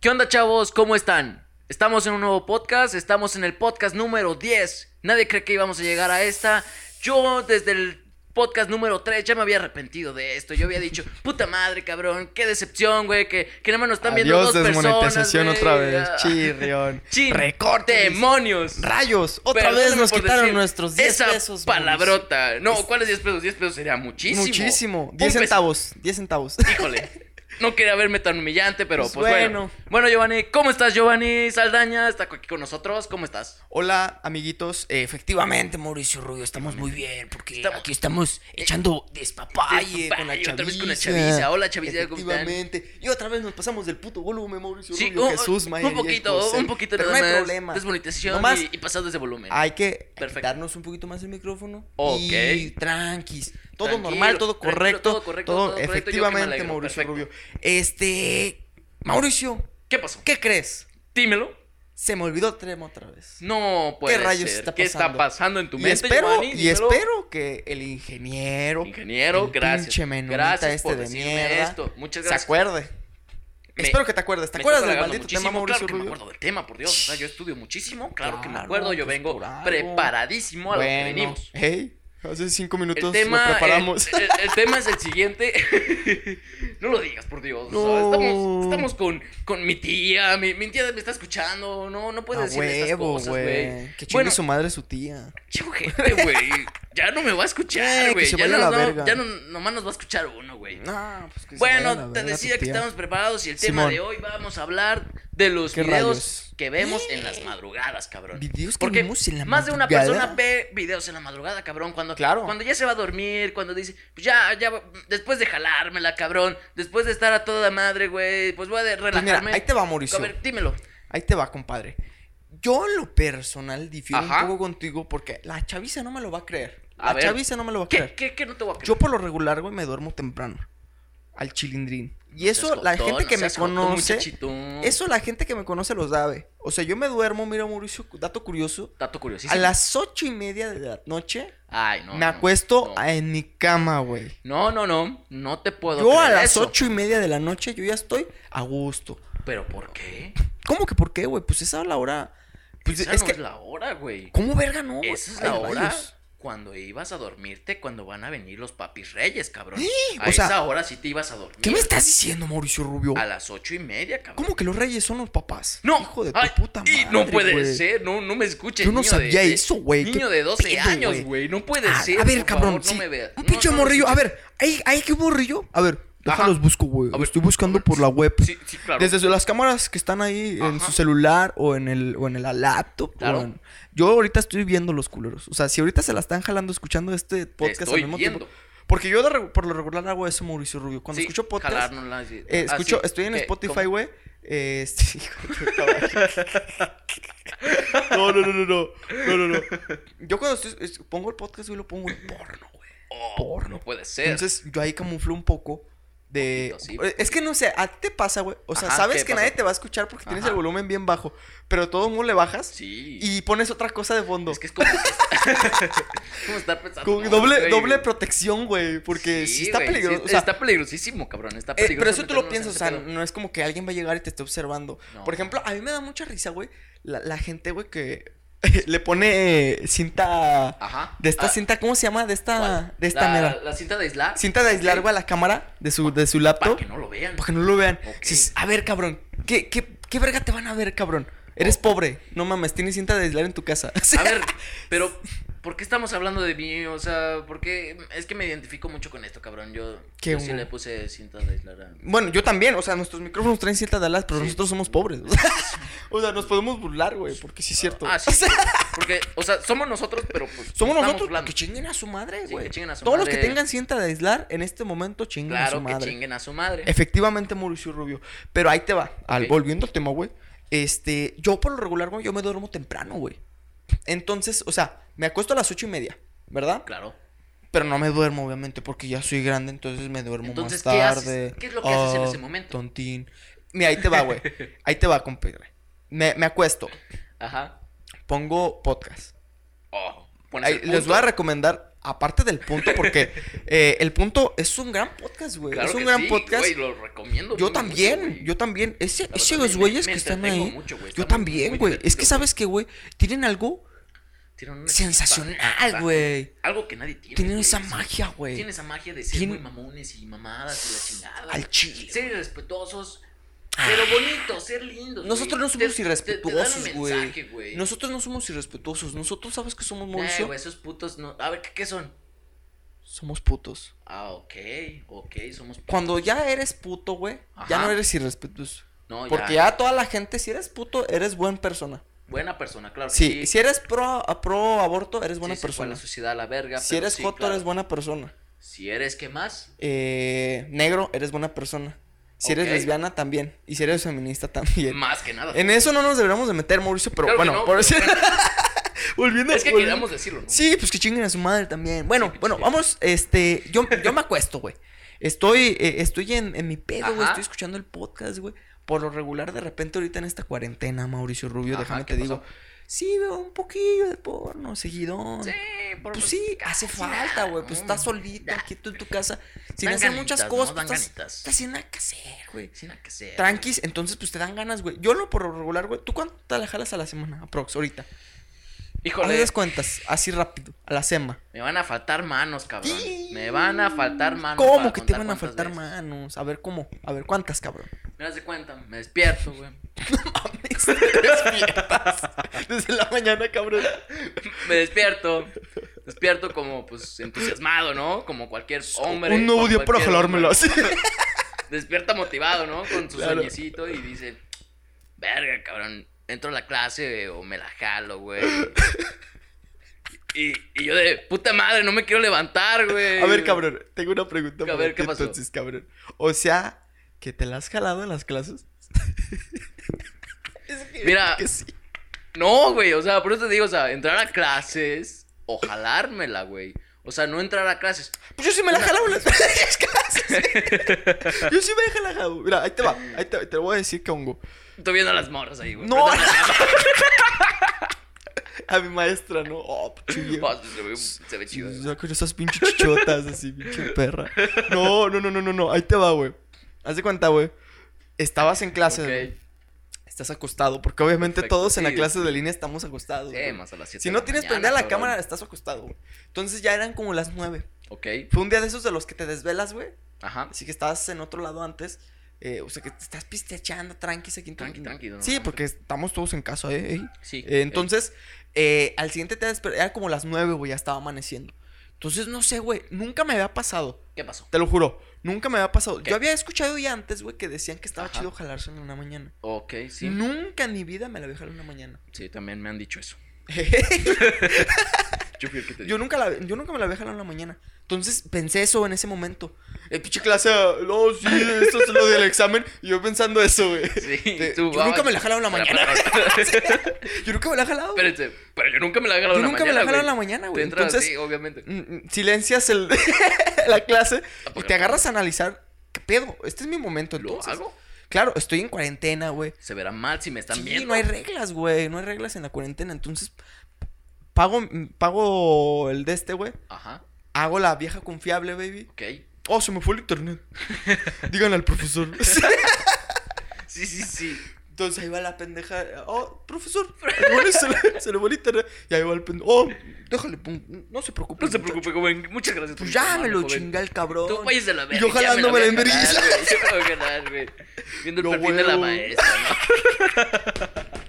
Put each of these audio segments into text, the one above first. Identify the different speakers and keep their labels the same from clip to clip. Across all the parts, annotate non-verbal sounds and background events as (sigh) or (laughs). Speaker 1: ¿Qué onda chavos? ¿Cómo están? Estamos en un nuevo podcast, estamos en el podcast número 10. Nadie cree que íbamos a llegar a esta. Yo desde el podcast número 3 ya me había arrepentido de esto. Yo había dicho, (laughs) puta madre, cabrón, qué decepción, güey, que, que nada más nos están viendo
Speaker 2: Adiós,
Speaker 1: dos personas.
Speaker 2: desmonetización
Speaker 1: güey.
Speaker 2: otra vez.
Speaker 1: Ah.
Speaker 2: Chirrión.
Speaker 1: (laughs) Chin,
Speaker 2: Recorte.
Speaker 1: ¡Demonios!
Speaker 2: Rayos. Otra
Speaker 1: Perdóname
Speaker 2: vez nos
Speaker 1: por
Speaker 2: quitaron
Speaker 1: decir
Speaker 2: nuestros 10
Speaker 1: esa
Speaker 2: pesos. manos.
Speaker 1: palabrota. No, ¿cuáles 10 pesos? 10 pesos sería muchísimo.
Speaker 2: Muchísimo.
Speaker 1: Un
Speaker 2: 10
Speaker 1: peso.
Speaker 2: centavos.
Speaker 1: (laughs)
Speaker 2: 10 centavos. (laughs)
Speaker 1: Híjole. No quería verme tan humillante, pero pues,
Speaker 2: Pues
Speaker 1: bueno. bueno.
Speaker 2: bueno.
Speaker 1: Giovanni, ¿cómo estás, Giovanni Saldaña? Está aquí con nosotros. ¿Cómo estás?
Speaker 2: Hola, amiguitos. Eh, Efectivamente, Mauricio Rubio, estamos muy bien porque
Speaker 1: Estamos-
Speaker 2: aquí estamos echando despapalle
Speaker 1: Despapalle,
Speaker 2: con la chaviza.
Speaker 1: otra vez con la chaviza. Hola, chaviza, ¿cómo están?
Speaker 2: Efectivamente. Y otra vez nos pasamos del puto volumen, Mauricio
Speaker 1: Sí,
Speaker 2: Rubio.
Speaker 1: un,
Speaker 2: Jesús,
Speaker 1: un
Speaker 2: Mayer y
Speaker 1: poquito,
Speaker 2: José.
Speaker 1: un poquito
Speaker 2: Pero
Speaker 1: nada
Speaker 2: no hay
Speaker 1: más.
Speaker 2: problema.
Speaker 1: Desmonetización
Speaker 2: Nomás
Speaker 1: y, y pasados de volumen.
Speaker 2: Hay que
Speaker 1: Perfecto.
Speaker 2: quitarnos un poquito más el micrófono.
Speaker 1: Ok.
Speaker 2: Y tranquis. Todo
Speaker 1: Tranquilo,
Speaker 2: normal, todo
Speaker 1: tranquilo,
Speaker 2: correcto.
Speaker 1: todo correcto, todo correcto, yo que me
Speaker 2: efectivamente,
Speaker 1: alegro,
Speaker 2: Mauricio
Speaker 1: perfecto.
Speaker 2: Rubio. Este. Mauricio,
Speaker 1: ¿Qué pasó?
Speaker 2: ¿qué crees?
Speaker 1: Dímelo.
Speaker 2: Se me olvidó Trema otra vez.
Speaker 1: No puede
Speaker 2: ¿Qué rayos
Speaker 1: ser.
Speaker 2: está
Speaker 1: ¿Qué está
Speaker 2: pasando?
Speaker 1: pasando en tu
Speaker 2: y
Speaker 1: mente,
Speaker 2: espero,
Speaker 1: Giovanni?
Speaker 2: y
Speaker 1: Dímelo.
Speaker 2: espero que el ingeniero.
Speaker 1: Ingeniero,
Speaker 2: el
Speaker 1: gracias.
Speaker 2: pinche menonita
Speaker 1: gracias
Speaker 2: este
Speaker 1: por
Speaker 2: de
Speaker 1: decirme
Speaker 2: mierda,
Speaker 1: esto. Muchas
Speaker 2: Se
Speaker 1: gracias.
Speaker 2: acuerde.
Speaker 1: Me-
Speaker 2: Espero que te acuerdes. ¿Te
Speaker 1: Me
Speaker 2: acuerdas
Speaker 1: estás
Speaker 2: del
Speaker 1: halagando
Speaker 2: maldito tema,
Speaker 1: muchísimo, Claro
Speaker 2: Mauricio
Speaker 1: que me
Speaker 2: Rubio?
Speaker 1: acuerdo del tema, por Dios. O sea, yo estudio muchísimo. Claro, que me
Speaker 2: Claro,
Speaker 1: acuerdo. Yo
Speaker 2: pues,
Speaker 1: vengo
Speaker 2: claro.
Speaker 1: preparadísimo a lo que
Speaker 2: Bueno,
Speaker 1: venimos.
Speaker 2: Hey, hace cinco
Speaker 1: El
Speaker 2: minutos
Speaker 1: tema,
Speaker 2: lo preparamos.
Speaker 1: El, el- el tema es el siguiente. (laughs) no lo digas, por Dios. o sea,
Speaker 2: No.
Speaker 1: estamos, estamos con, con mi tía. Mi, mi tía me está escuchando. No, no puedes
Speaker 2: A
Speaker 1: decir estas
Speaker 2: Ah, huevo,
Speaker 1: cosas, güey.
Speaker 2: Que chingue
Speaker 1: Bueno,
Speaker 2: su madre su tía.
Speaker 1: (laughs) Chivo gente, güey. Ya no me va a escuchar,
Speaker 2: Eh,
Speaker 1: güey.
Speaker 2: que se
Speaker 1: Ya,
Speaker 2: vaya
Speaker 1: no,
Speaker 2: a la
Speaker 1: no-
Speaker 2: verga.
Speaker 1: ya no, nomás nos va a escuchar uno, güey.
Speaker 2: No, pues que se vayan
Speaker 1: Bueno,
Speaker 2: a
Speaker 1: te
Speaker 2: ver a
Speaker 1: decía
Speaker 2: tu
Speaker 1: que
Speaker 2: tía.
Speaker 1: estamos preparados y el tema
Speaker 2: Simón.
Speaker 1: de hoy vamos a hablar de los
Speaker 2: ¿Qué
Speaker 1: videos
Speaker 2: rayos?
Speaker 1: que vemos en las madrugadas, cabrón.
Speaker 2: Videos que
Speaker 1: Porque
Speaker 2: vemos en la
Speaker 1: más de una
Speaker 2: madrugada.
Speaker 1: persona ve videos en la madrugada, cabrón, cuando
Speaker 2: Claro.
Speaker 1: cuando ya se va a dormir, cuando dice, pues ya ya después de jalármela, cabrón, después de estar a toda madre, güey, pues voy a de-
Speaker 2: Pues
Speaker 1: relajarme.
Speaker 2: mira, ahí te va,
Speaker 1: A
Speaker 2: Mauricio.
Speaker 1: ver, dímelo.
Speaker 2: Ahí te va, compadre. Yo en lo personal difiero
Speaker 1: Ajá.
Speaker 2: un poco contigo porque la chaviza no me lo va a creer.
Speaker 1: A
Speaker 2: la
Speaker 1: ver.
Speaker 2: chaviza no me lo va a
Speaker 1: ¿Qué,
Speaker 2: creer.
Speaker 1: qué, qué no te voy a creer?
Speaker 2: Yo por lo regular, güey, me duermo temprano. Al chilindrín. Y
Speaker 1: No
Speaker 2: eso,
Speaker 1: seas
Speaker 2: la
Speaker 1: jotón,
Speaker 2: gente
Speaker 1: no
Speaker 2: que me
Speaker 1: seas jotón,
Speaker 2: conoce...
Speaker 1: muchachito.
Speaker 2: Eso la gente que me conoce lo sabe. O sea, yo me duermo, mira, Mauricio, dato curioso.
Speaker 1: dato curiosísimo.
Speaker 2: A las ocho y media de la noche
Speaker 1: Ay, no.
Speaker 2: me
Speaker 1: no,
Speaker 2: acuesto
Speaker 1: no.
Speaker 2: a- en mi cama, güey.
Speaker 1: No, no, no, no te puedo
Speaker 2: Yo a
Speaker 1: creer
Speaker 2: las
Speaker 1: eso.
Speaker 2: ocho y media de la noche yo ya estoy a gusto.
Speaker 1: ¿Pero por qué?
Speaker 2: ¿Cómo que por qué, güey? Pues esa es la hora. Pues
Speaker 1: Esa
Speaker 2: es
Speaker 1: no
Speaker 2: que.
Speaker 1: es la hora, güey.
Speaker 2: ¿Cómo verga no? güey?
Speaker 1: Esa es
Speaker 2: Ay,
Speaker 1: la hora
Speaker 2: rayos.
Speaker 1: cuando ibas a dormirte, cuando van a venir los papis reyes, cabrón.
Speaker 2: ¿Eh? o
Speaker 1: a
Speaker 2: sea,
Speaker 1: esa hora sí te ibas a dormir.
Speaker 2: ¿Qué me estás diciendo, Mauricio Rubio?
Speaker 1: A las ocho y media, cabrón.
Speaker 2: ¿Cómo que los reyes son los papás?
Speaker 1: No,
Speaker 2: Hijo de
Speaker 1: ay,
Speaker 2: tu puta madre.
Speaker 1: y no puede
Speaker 2: güey.
Speaker 1: ser, no, no me escuches.
Speaker 2: Yo no
Speaker 1: niño de-
Speaker 2: sabía
Speaker 1: de-
Speaker 2: eso, güey,
Speaker 1: Niño
Speaker 2: qué
Speaker 1: de 12
Speaker 2: pedo,
Speaker 1: años,
Speaker 2: güey.
Speaker 1: güey, no puede
Speaker 2: Ah,
Speaker 1: ser.
Speaker 2: a ver,
Speaker 1: por
Speaker 2: cabrón.
Speaker 1: favor,
Speaker 2: sí.
Speaker 1: no me veas.
Speaker 2: Un
Speaker 1: No,
Speaker 2: pinche
Speaker 1: no, no
Speaker 2: morrillo. A
Speaker 1: escuches.
Speaker 2: ver, ¿hay, hay qué morrillo? A ver, déjalos
Speaker 1: Ajá.
Speaker 2: busco, güey.
Speaker 1: A ver,
Speaker 2: Lo Estoy buscando
Speaker 1: a ver,
Speaker 2: por la web.
Speaker 1: Sí, sí, claro.
Speaker 2: Desde las cámaras que están ahí en
Speaker 1: Ajá.
Speaker 2: su celular o en el o en la laptop. o
Speaker 1: Claro.
Speaker 2: en- Yo ahorita estoy viendo los culeros. O sea, si ahorita se la están jalando escuchando este podcast
Speaker 1: estoy
Speaker 2: al mismo
Speaker 1: viendo.
Speaker 2: tiempo. Porque yo de re- por lo regular hago eso, Mauricio Rubio. Cuando
Speaker 1: Sí,
Speaker 2: escucho podcast,
Speaker 1: jalárnosla, sí.
Speaker 2: eh,
Speaker 1: Ah,
Speaker 2: escucho,
Speaker 1: sí,
Speaker 2: estoy en
Speaker 1: ¿qué?
Speaker 2: Spotify,
Speaker 1: ¿Cómo?
Speaker 2: güey. Eh, este, (laughs) hijo de puta madre. no, no, no, no, no, no, no, no. Yo cuando estoy- es- pongo el podcast, güey, lo pongo en porno, güey.
Speaker 1: Oh,
Speaker 2: porno.
Speaker 1: No puede ser.
Speaker 2: Entonces, yo ahí camuflo un poco de...
Speaker 1: Poquito, sí.
Speaker 2: Eh, Es que no sé, a ti te pasa, güey. O sea,
Speaker 1: Ajá,
Speaker 2: sabes
Speaker 1: ¿qué
Speaker 2: que
Speaker 1: pasa?
Speaker 2: nadie te va a escuchar porque tienes
Speaker 1: Ajá.
Speaker 2: el volumen bien bajo. Pero todo el mundo le bajas
Speaker 1: sí.
Speaker 2: y pones otra cosa de fondo.
Speaker 1: Es que es
Speaker 2: (laughs)
Speaker 1: como. (laughs) es como estar pensando.
Speaker 2: Como que
Speaker 1: no,
Speaker 2: doble,
Speaker 1: güey.
Speaker 2: doble protección, güey. Porque sí, está
Speaker 1: güey, sí
Speaker 2: peligroso.
Speaker 1: está-
Speaker 2: o sea,
Speaker 1: está peligrosísimo, cabrón. Está
Speaker 2: Eh,
Speaker 1: peligroso.
Speaker 2: pero eso tú lo
Speaker 1: meternos en
Speaker 2: piensas, o
Speaker 1: ese
Speaker 2: sea,
Speaker 1: pedo.
Speaker 2: no es como que alguien va a llegar y te esté observando.
Speaker 1: No.
Speaker 2: Por ejemplo, a mí me da mucha risa, güey, la, la gente, güey, que (laughs) le pone cinta...
Speaker 1: Ajá.
Speaker 2: De esta
Speaker 1: Ah,
Speaker 2: cinta, ¿cómo se llama? De esta...
Speaker 1: ¿cuál?
Speaker 2: De esta
Speaker 1: la,
Speaker 2: mera.
Speaker 1: La cinta de aislar.
Speaker 2: Cinta de aislar,
Speaker 1: Ok.
Speaker 2: güey, a la cámara de su, de su
Speaker 1: Para
Speaker 2: laptop.
Speaker 1: que no lo vean.
Speaker 2: Para que no lo vean.
Speaker 1: Ok.
Speaker 2: Si es- a ver, cabrón, ¿qué, qué, ¿qué verga te van a ver, cabrón? Eres pobre, no mames, tienes cinta de aislar en tu casa. (laughs)
Speaker 1: A ver, pero. ¿Por qué estamos hablando de mí? O sea, porque es que me identifico mucho con esto, cabrón. Yo,
Speaker 2: Qué
Speaker 1: yo sí
Speaker 2: humo.
Speaker 1: le puse cinta de aislar a...
Speaker 2: Bueno, yo también, o sea, nuestros micrófonos traen cinta de alas, pero nosotros somos pobres. O sea, (laughs) o sea, nos podemos burlar, güey, porque sí es cierto.
Speaker 1: Ah, sí.
Speaker 2: (laughs)
Speaker 1: Porque, o sea, somos nosotros, pero pues.
Speaker 2: Somos
Speaker 1: estamos
Speaker 2: nosotros
Speaker 1: hablando.
Speaker 2: que chinguen a su madre,
Speaker 1: Sí,
Speaker 2: güey.
Speaker 1: que chinguen a su
Speaker 2: Todos los
Speaker 1: madre.
Speaker 2: que tengan cinta de aislar en este momento chinguen a su
Speaker 1: Claro, que
Speaker 2: madre.
Speaker 1: chinguen a su madre.
Speaker 2: Efectivamente, Mauricio Rubio. Pero ahí te va. Al,
Speaker 1: Ok.
Speaker 2: Volviendo al tema, güey. Este, yo por lo regular, güey, yo me duermo temprano, güey. Entonces, o sea, me acuesto a las ocho y media, ¿verdad?
Speaker 1: Claro.
Speaker 2: Pero no me duermo, obviamente, porque ya soy grande, entonces me duermo
Speaker 1: Entonces,
Speaker 2: más
Speaker 1: ¿qué haces?
Speaker 2: tarde.
Speaker 1: ¿Qué es lo que haces en ese
Speaker 2: Ah,
Speaker 1: momento?
Speaker 2: Tontín. Mira, ahí te va,
Speaker 1: (laughs)
Speaker 2: güey. Ahí te va, compadre. Me, me acuesto,
Speaker 1: Ajá.
Speaker 2: pongo podcast.
Speaker 1: Oh, pones
Speaker 2: Ahí-
Speaker 1: el
Speaker 2: les
Speaker 1: punto.
Speaker 2: voy a recomendar aparte del punto,
Speaker 1: (laughs)
Speaker 2: porque eh, el punto es un gran podcast, güey.
Speaker 1: Claro
Speaker 2: es un
Speaker 1: que
Speaker 2: gran
Speaker 1: sí,
Speaker 2: podcast.
Speaker 1: güey, lo recomiendo.
Speaker 2: Yo
Speaker 1: muy
Speaker 2: también,
Speaker 1: mucho, güey.
Speaker 2: yo también. Ese,
Speaker 1: verdad,
Speaker 2: ese
Speaker 1: me-
Speaker 2: los
Speaker 1: me-
Speaker 2: güeyes
Speaker 1: me
Speaker 2: que están
Speaker 1: entretengo
Speaker 2: ahí.
Speaker 1: mucho, güey, está muy-
Speaker 2: yo
Speaker 1: muy
Speaker 2: también, güey. Es que
Speaker 1: divertido,
Speaker 2: sabes que, güey, tienen algo
Speaker 1: Tienen una chispa,
Speaker 2: sensacional,
Speaker 1: nada.
Speaker 2: güey.
Speaker 1: Algo que nadie tiene.
Speaker 2: Tienen
Speaker 1: güey.
Speaker 2: esa magia, güey.
Speaker 1: Tienen esa magia de ser
Speaker 2: Tienen-
Speaker 1: muy mamones y mamadas y la chingada.
Speaker 2: Al chile, Ah.
Speaker 1: Ser irrespetuosos. Pero bonitos, ser lindos.
Speaker 2: Nosotros
Speaker 1: güey.
Speaker 2: no somos
Speaker 1: Te- te- te dan un
Speaker 2: irrespetuosos,
Speaker 1: mensaje,
Speaker 2: güey. Nosotros no somos irrespetuosos. Nosotros sabes que somos
Speaker 1: Eh,
Speaker 2: Mauricio.
Speaker 1: güey, esos putos no. A ver, ¿qué, qué son?
Speaker 2: somos putos.
Speaker 1: Ah, ok, ok, somos.
Speaker 2: Cuando ya eres puto, güey, ya
Speaker 1: Ajá.
Speaker 2: no eres irrespetuoso.
Speaker 1: No,
Speaker 2: Porque
Speaker 1: ya.
Speaker 2: ya toda la gente, si eres puto, eres buena persona.
Speaker 1: Buena persona, claro. que
Speaker 2: Sí,
Speaker 1: sí.
Speaker 2: si eres pro, a- pro aborto, eres buena
Speaker 1: Sí, se fue
Speaker 2: persona.
Speaker 1: la sociedad a la verga.
Speaker 2: Si
Speaker 1: pero
Speaker 2: eres
Speaker 1: sí,
Speaker 2: joto,
Speaker 1: claro.
Speaker 2: eres buena persona.
Speaker 1: Si eres, ¿qué más?
Speaker 2: Eh, negro, eres buena persona. Si eres
Speaker 1: Ok.
Speaker 2: lesbiana, también. Y si eres feminista, también.
Speaker 1: Más que nada.
Speaker 2: En eso no nos deberíamos de meter, Mauricio, pero
Speaker 1: Claro que
Speaker 2: bueno,
Speaker 1: no,
Speaker 2: por
Speaker 1: pero
Speaker 2: eso...
Speaker 1: bueno,
Speaker 2: (laughs) volviendo
Speaker 1: es que
Speaker 2: volviendo-
Speaker 1: queríamos decirlo, ¿no?
Speaker 2: Sí, pues que chinguen a su madre también. Bueno,
Speaker 1: Sí, que
Speaker 2: bueno,
Speaker 1: chinguen.
Speaker 2: vamos, este, yo, yo me acuesto, güey. Estoy, eh, estoy en, en mi pedo, güey.
Speaker 1: Ajá.
Speaker 2: Estoy escuchando el podcast, güey. Por lo regular, de repente, ahorita en esta cuarentena, Mauricio Rubio,
Speaker 1: Ajá,
Speaker 2: déjame
Speaker 1: ¿qué
Speaker 2: te digo. Sí, veo un poquillo de porno, seguidón.
Speaker 1: Sí, por
Speaker 2: Pues sí, hace
Speaker 1: casi
Speaker 2: falta,
Speaker 1: nada,
Speaker 2: güey. Pues
Speaker 1: ¿no?
Speaker 2: estás solito aquí tú en tu casa. Sin
Speaker 1: Mm, Dan
Speaker 2: hacer
Speaker 1: ganitas,
Speaker 2: muchas
Speaker 1: ¿no?
Speaker 2: cosas.
Speaker 1: Dan
Speaker 2: pues, estás,
Speaker 1: ganitas.
Speaker 2: estás sin nada que hacer, güey.
Speaker 1: Sin nada que hacer, güey.
Speaker 2: Tranquis, entonces pues te dan ganas, güey. Yo lo por lo regular, güey. ¿Tú cuánto te la jalas a la semana? Aprox, ahorita. Haz
Speaker 1: Híjole,
Speaker 2: las cuentas, así rápido, a la sema.
Speaker 1: me van a faltar manos, cabrón.
Speaker 2: Sí.
Speaker 1: Me van a faltar manos.
Speaker 2: ¿Cómo
Speaker 1: para
Speaker 2: que te
Speaker 1: contar
Speaker 2: van a
Speaker 1: cuántas
Speaker 2: faltar
Speaker 1: veces.
Speaker 2: manos? A ver cómo, a ver cuántas, cabrón. (laughs)
Speaker 1: Me das de cuenta, me despierto, güey.
Speaker 2: Te
Speaker 1: (laughs)
Speaker 2: despiertas Desde la mañana, cabrón.
Speaker 1: Me despierto. Despierto como, pues, entusiasmado, ¿no? Como cualquier hombre.
Speaker 2: Un nuevo
Speaker 1: como
Speaker 2: día para
Speaker 1: cualquier
Speaker 2: jalármelas.
Speaker 1: despierta motivado, ¿no? Con su
Speaker 2: Claro.
Speaker 1: sueñecito y dice, verga, cabrón, entro a la clase o me la jalo,
Speaker 2: (laughs)
Speaker 1: güey. Y, y yo de, puta madre, no me quiero levantar, güey.
Speaker 2: (laughs) A ver, cabrón, tengo una pregunta.
Speaker 1: A
Speaker 2: para
Speaker 1: ver, ¿qué
Speaker 2: ti,
Speaker 1: pasó?
Speaker 2: Entonces, cabrón. O sea, ¿que te la has jalado en las clases? (laughs) Es que-
Speaker 1: Mira.
Speaker 2: que sí.
Speaker 1: No, güey, o sea, por eso te digo, o sea, entrar a clases o jalármela, güey. O sea, no entrar a clases.
Speaker 2: Pues yo sí me la jalaba
Speaker 1: (laughs)
Speaker 2: en las las clases. yo sí me la jalado. Mira, ahí te va. Ahí te, te lo voy a decir que hongo.
Speaker 1: Estoy viendo a las morras ahí, güey.
Speaker 2: No.
Speaker 1: (laughs)
Speaker 2: A mi maestra, ¿no? Oh, pinche viejo.
Speaker 1: Oh, se, ve, se ve chido.
Speaker 2: Ya con esas pinches chichotas así, pinche perra. No, no, no, no, no, no. Ahí te va, güey. Haz de cuenta, güey. Estabas en clase, güey.
Speaker 1: Ok.
Speaker 2: Estás acostado, porque obviamente
Speaker 1: Perfecto,
Speaker 2: todos en la
Speaker 1: sí.
Speaker 2: clase de línea estamos acostados.
Speaker 1: Sí,
Speaker 2: güey.
Speaker 1: más a las siete
Speaker 2: si
Speaker 1: de
Speaker 2: no tienes
Speaker 1: mañana,
Speaker 2: prendida la
Speaker 1: cabrón.
Speaker 2: cámara, estás acostado, güey. Entonces ya eran como las nueve.
Speaker 1: Ok,
Speaker 2: Fue un día de esos de los que te desvelas, güey.
Speaker 1: ajá.
Speaker 2: Así que estabas en otro lado antes. eh, o sea, que te estás pisteachando, tranquis aquí en tu-
Speaker 1: Tranqui, tranqui, no,
Speaker 2: Sí,
Speaker 1: no,
Speaker 2: porque estamos todos en casa, eh. ey.
Speaker 1: Sí.
Speaker 2: Eh, entonces, eh, al siguiente te desperté, era como las 9, güey, ya estaba amaneciendo. Entonces, no sé, güey, nunca me había pasado,
Speaker 1: ¿Qué pasó?
Speaker 2: te lo juro, nunca me había pasado.
Speaker 1: ¿Qué?
Speaker 2: Yo había escuchado ya antes, güey, que decían que estaba
Speaker 1: Ajá.
Speaker 2: chido jalarse en una mañana.
Speaker 1: Ok, sí.
Speaker 2: Nunca en mi vida me la había jalado en una mañana.
Speaker 1: Sí, también me han dicho
Speaker 2: (laughs)
Speaker 1: eso. Yo fui el que te
Speaker 2: yo, nunca la, yo nunca me la había jalado en la mañana. Entonces, pensé eso en ese momento. Eh, pinche clase, no, sí, esto es lo del examen. Y yo pensando eso, güey.
Speaker 1: Sí,
Speaker 2: De-
Speaker 1: tú,
Speaker 2: yo
Speaker 1: va,
Speaker 2: nunca
Speaker 1: va.
Speaker 2: me la he jalado en la
Speaker 1: Para,
Speaker 2: mañana. (laughs)
Speaker 1: para, (laughs) para.
Speaker 2: Yo nunca me la he jalado. güey.
Speaker 1: Espérense, pero yo nunca me la he jalado
Speaker 2: Yo
Speaker 1: en la
Speaker 2: nunca me la he jalado en la
Speaker 1: güey.
Speaker 2: mañana,
Speaker 1: Te
Speaker 2: güey.
Speaker 1: entras
Speaker 2: Entonces,
Speaker 1: así, obviamente.
Speaker 2: Mm, mm, silencias el, (laughs) la clase y
Speaker 1: porque
Speaker 2: te agarras a analizar. ¿Qué pedo? Este es mi momento,
Speaker 1: ¿Lo
Speaker 2: entonces.
Speaker 1: hago?
Speaker 2: Claro, estoy en cuarentena, güey.
Speaker 1: Se verá mal si me están
Speaker 2: Sí,
Speaker 1: viendo.
Speaker 2: no hay reglas, güey. No hay reglas en la cuarentena. Entonces, pago, mm, pago el de este, güey.
Speaker 1: Ajá,
Speaker 2: Hago la vieja confiable, baby.
Speaker 1: ok.
Speaker 2: Oh, se me fue
Speaker 1: (laughs)
Speaker 2: el internet. Díganle al profesor. (laughs)
Speaker 1: Sí, sí, sí.
Speaker 2: Entonces ahí va la pendeja. Oh, profesor, bueno, se, le, se le fue el internet. Y ahí va el pendejo. Oh, déjale, pon- no se preocupe.
Speaker 1: No se
Speaker 2: muchacho.
Speaker 1: preocupe, joven. Muchas gracias.
Speaker 2: Pues
Speaker 1: por
Speaker 2: ya me
Speaker 1: informarme,
Speaker 2: lo
Speaker 1: joven.
Speaker 2: chingué al cabrón.
Speaker 1: Tú vayas de la verga.
Speaker 2: yo
Speaker 1: ya me la
Speaker 2: jalándome
Speaker 1: voy a
Speaker 2: la
Speaker 1: jalar,
Speaker 2: emberiza.
Speaker 1: güey, Yo me voy a jalar, güey. Viendo el
Speaker 2: Lo
Speaker 1: perfil de la
Speaker 2: huevo.
Speaker 1: maestra, (laughs) ¿no?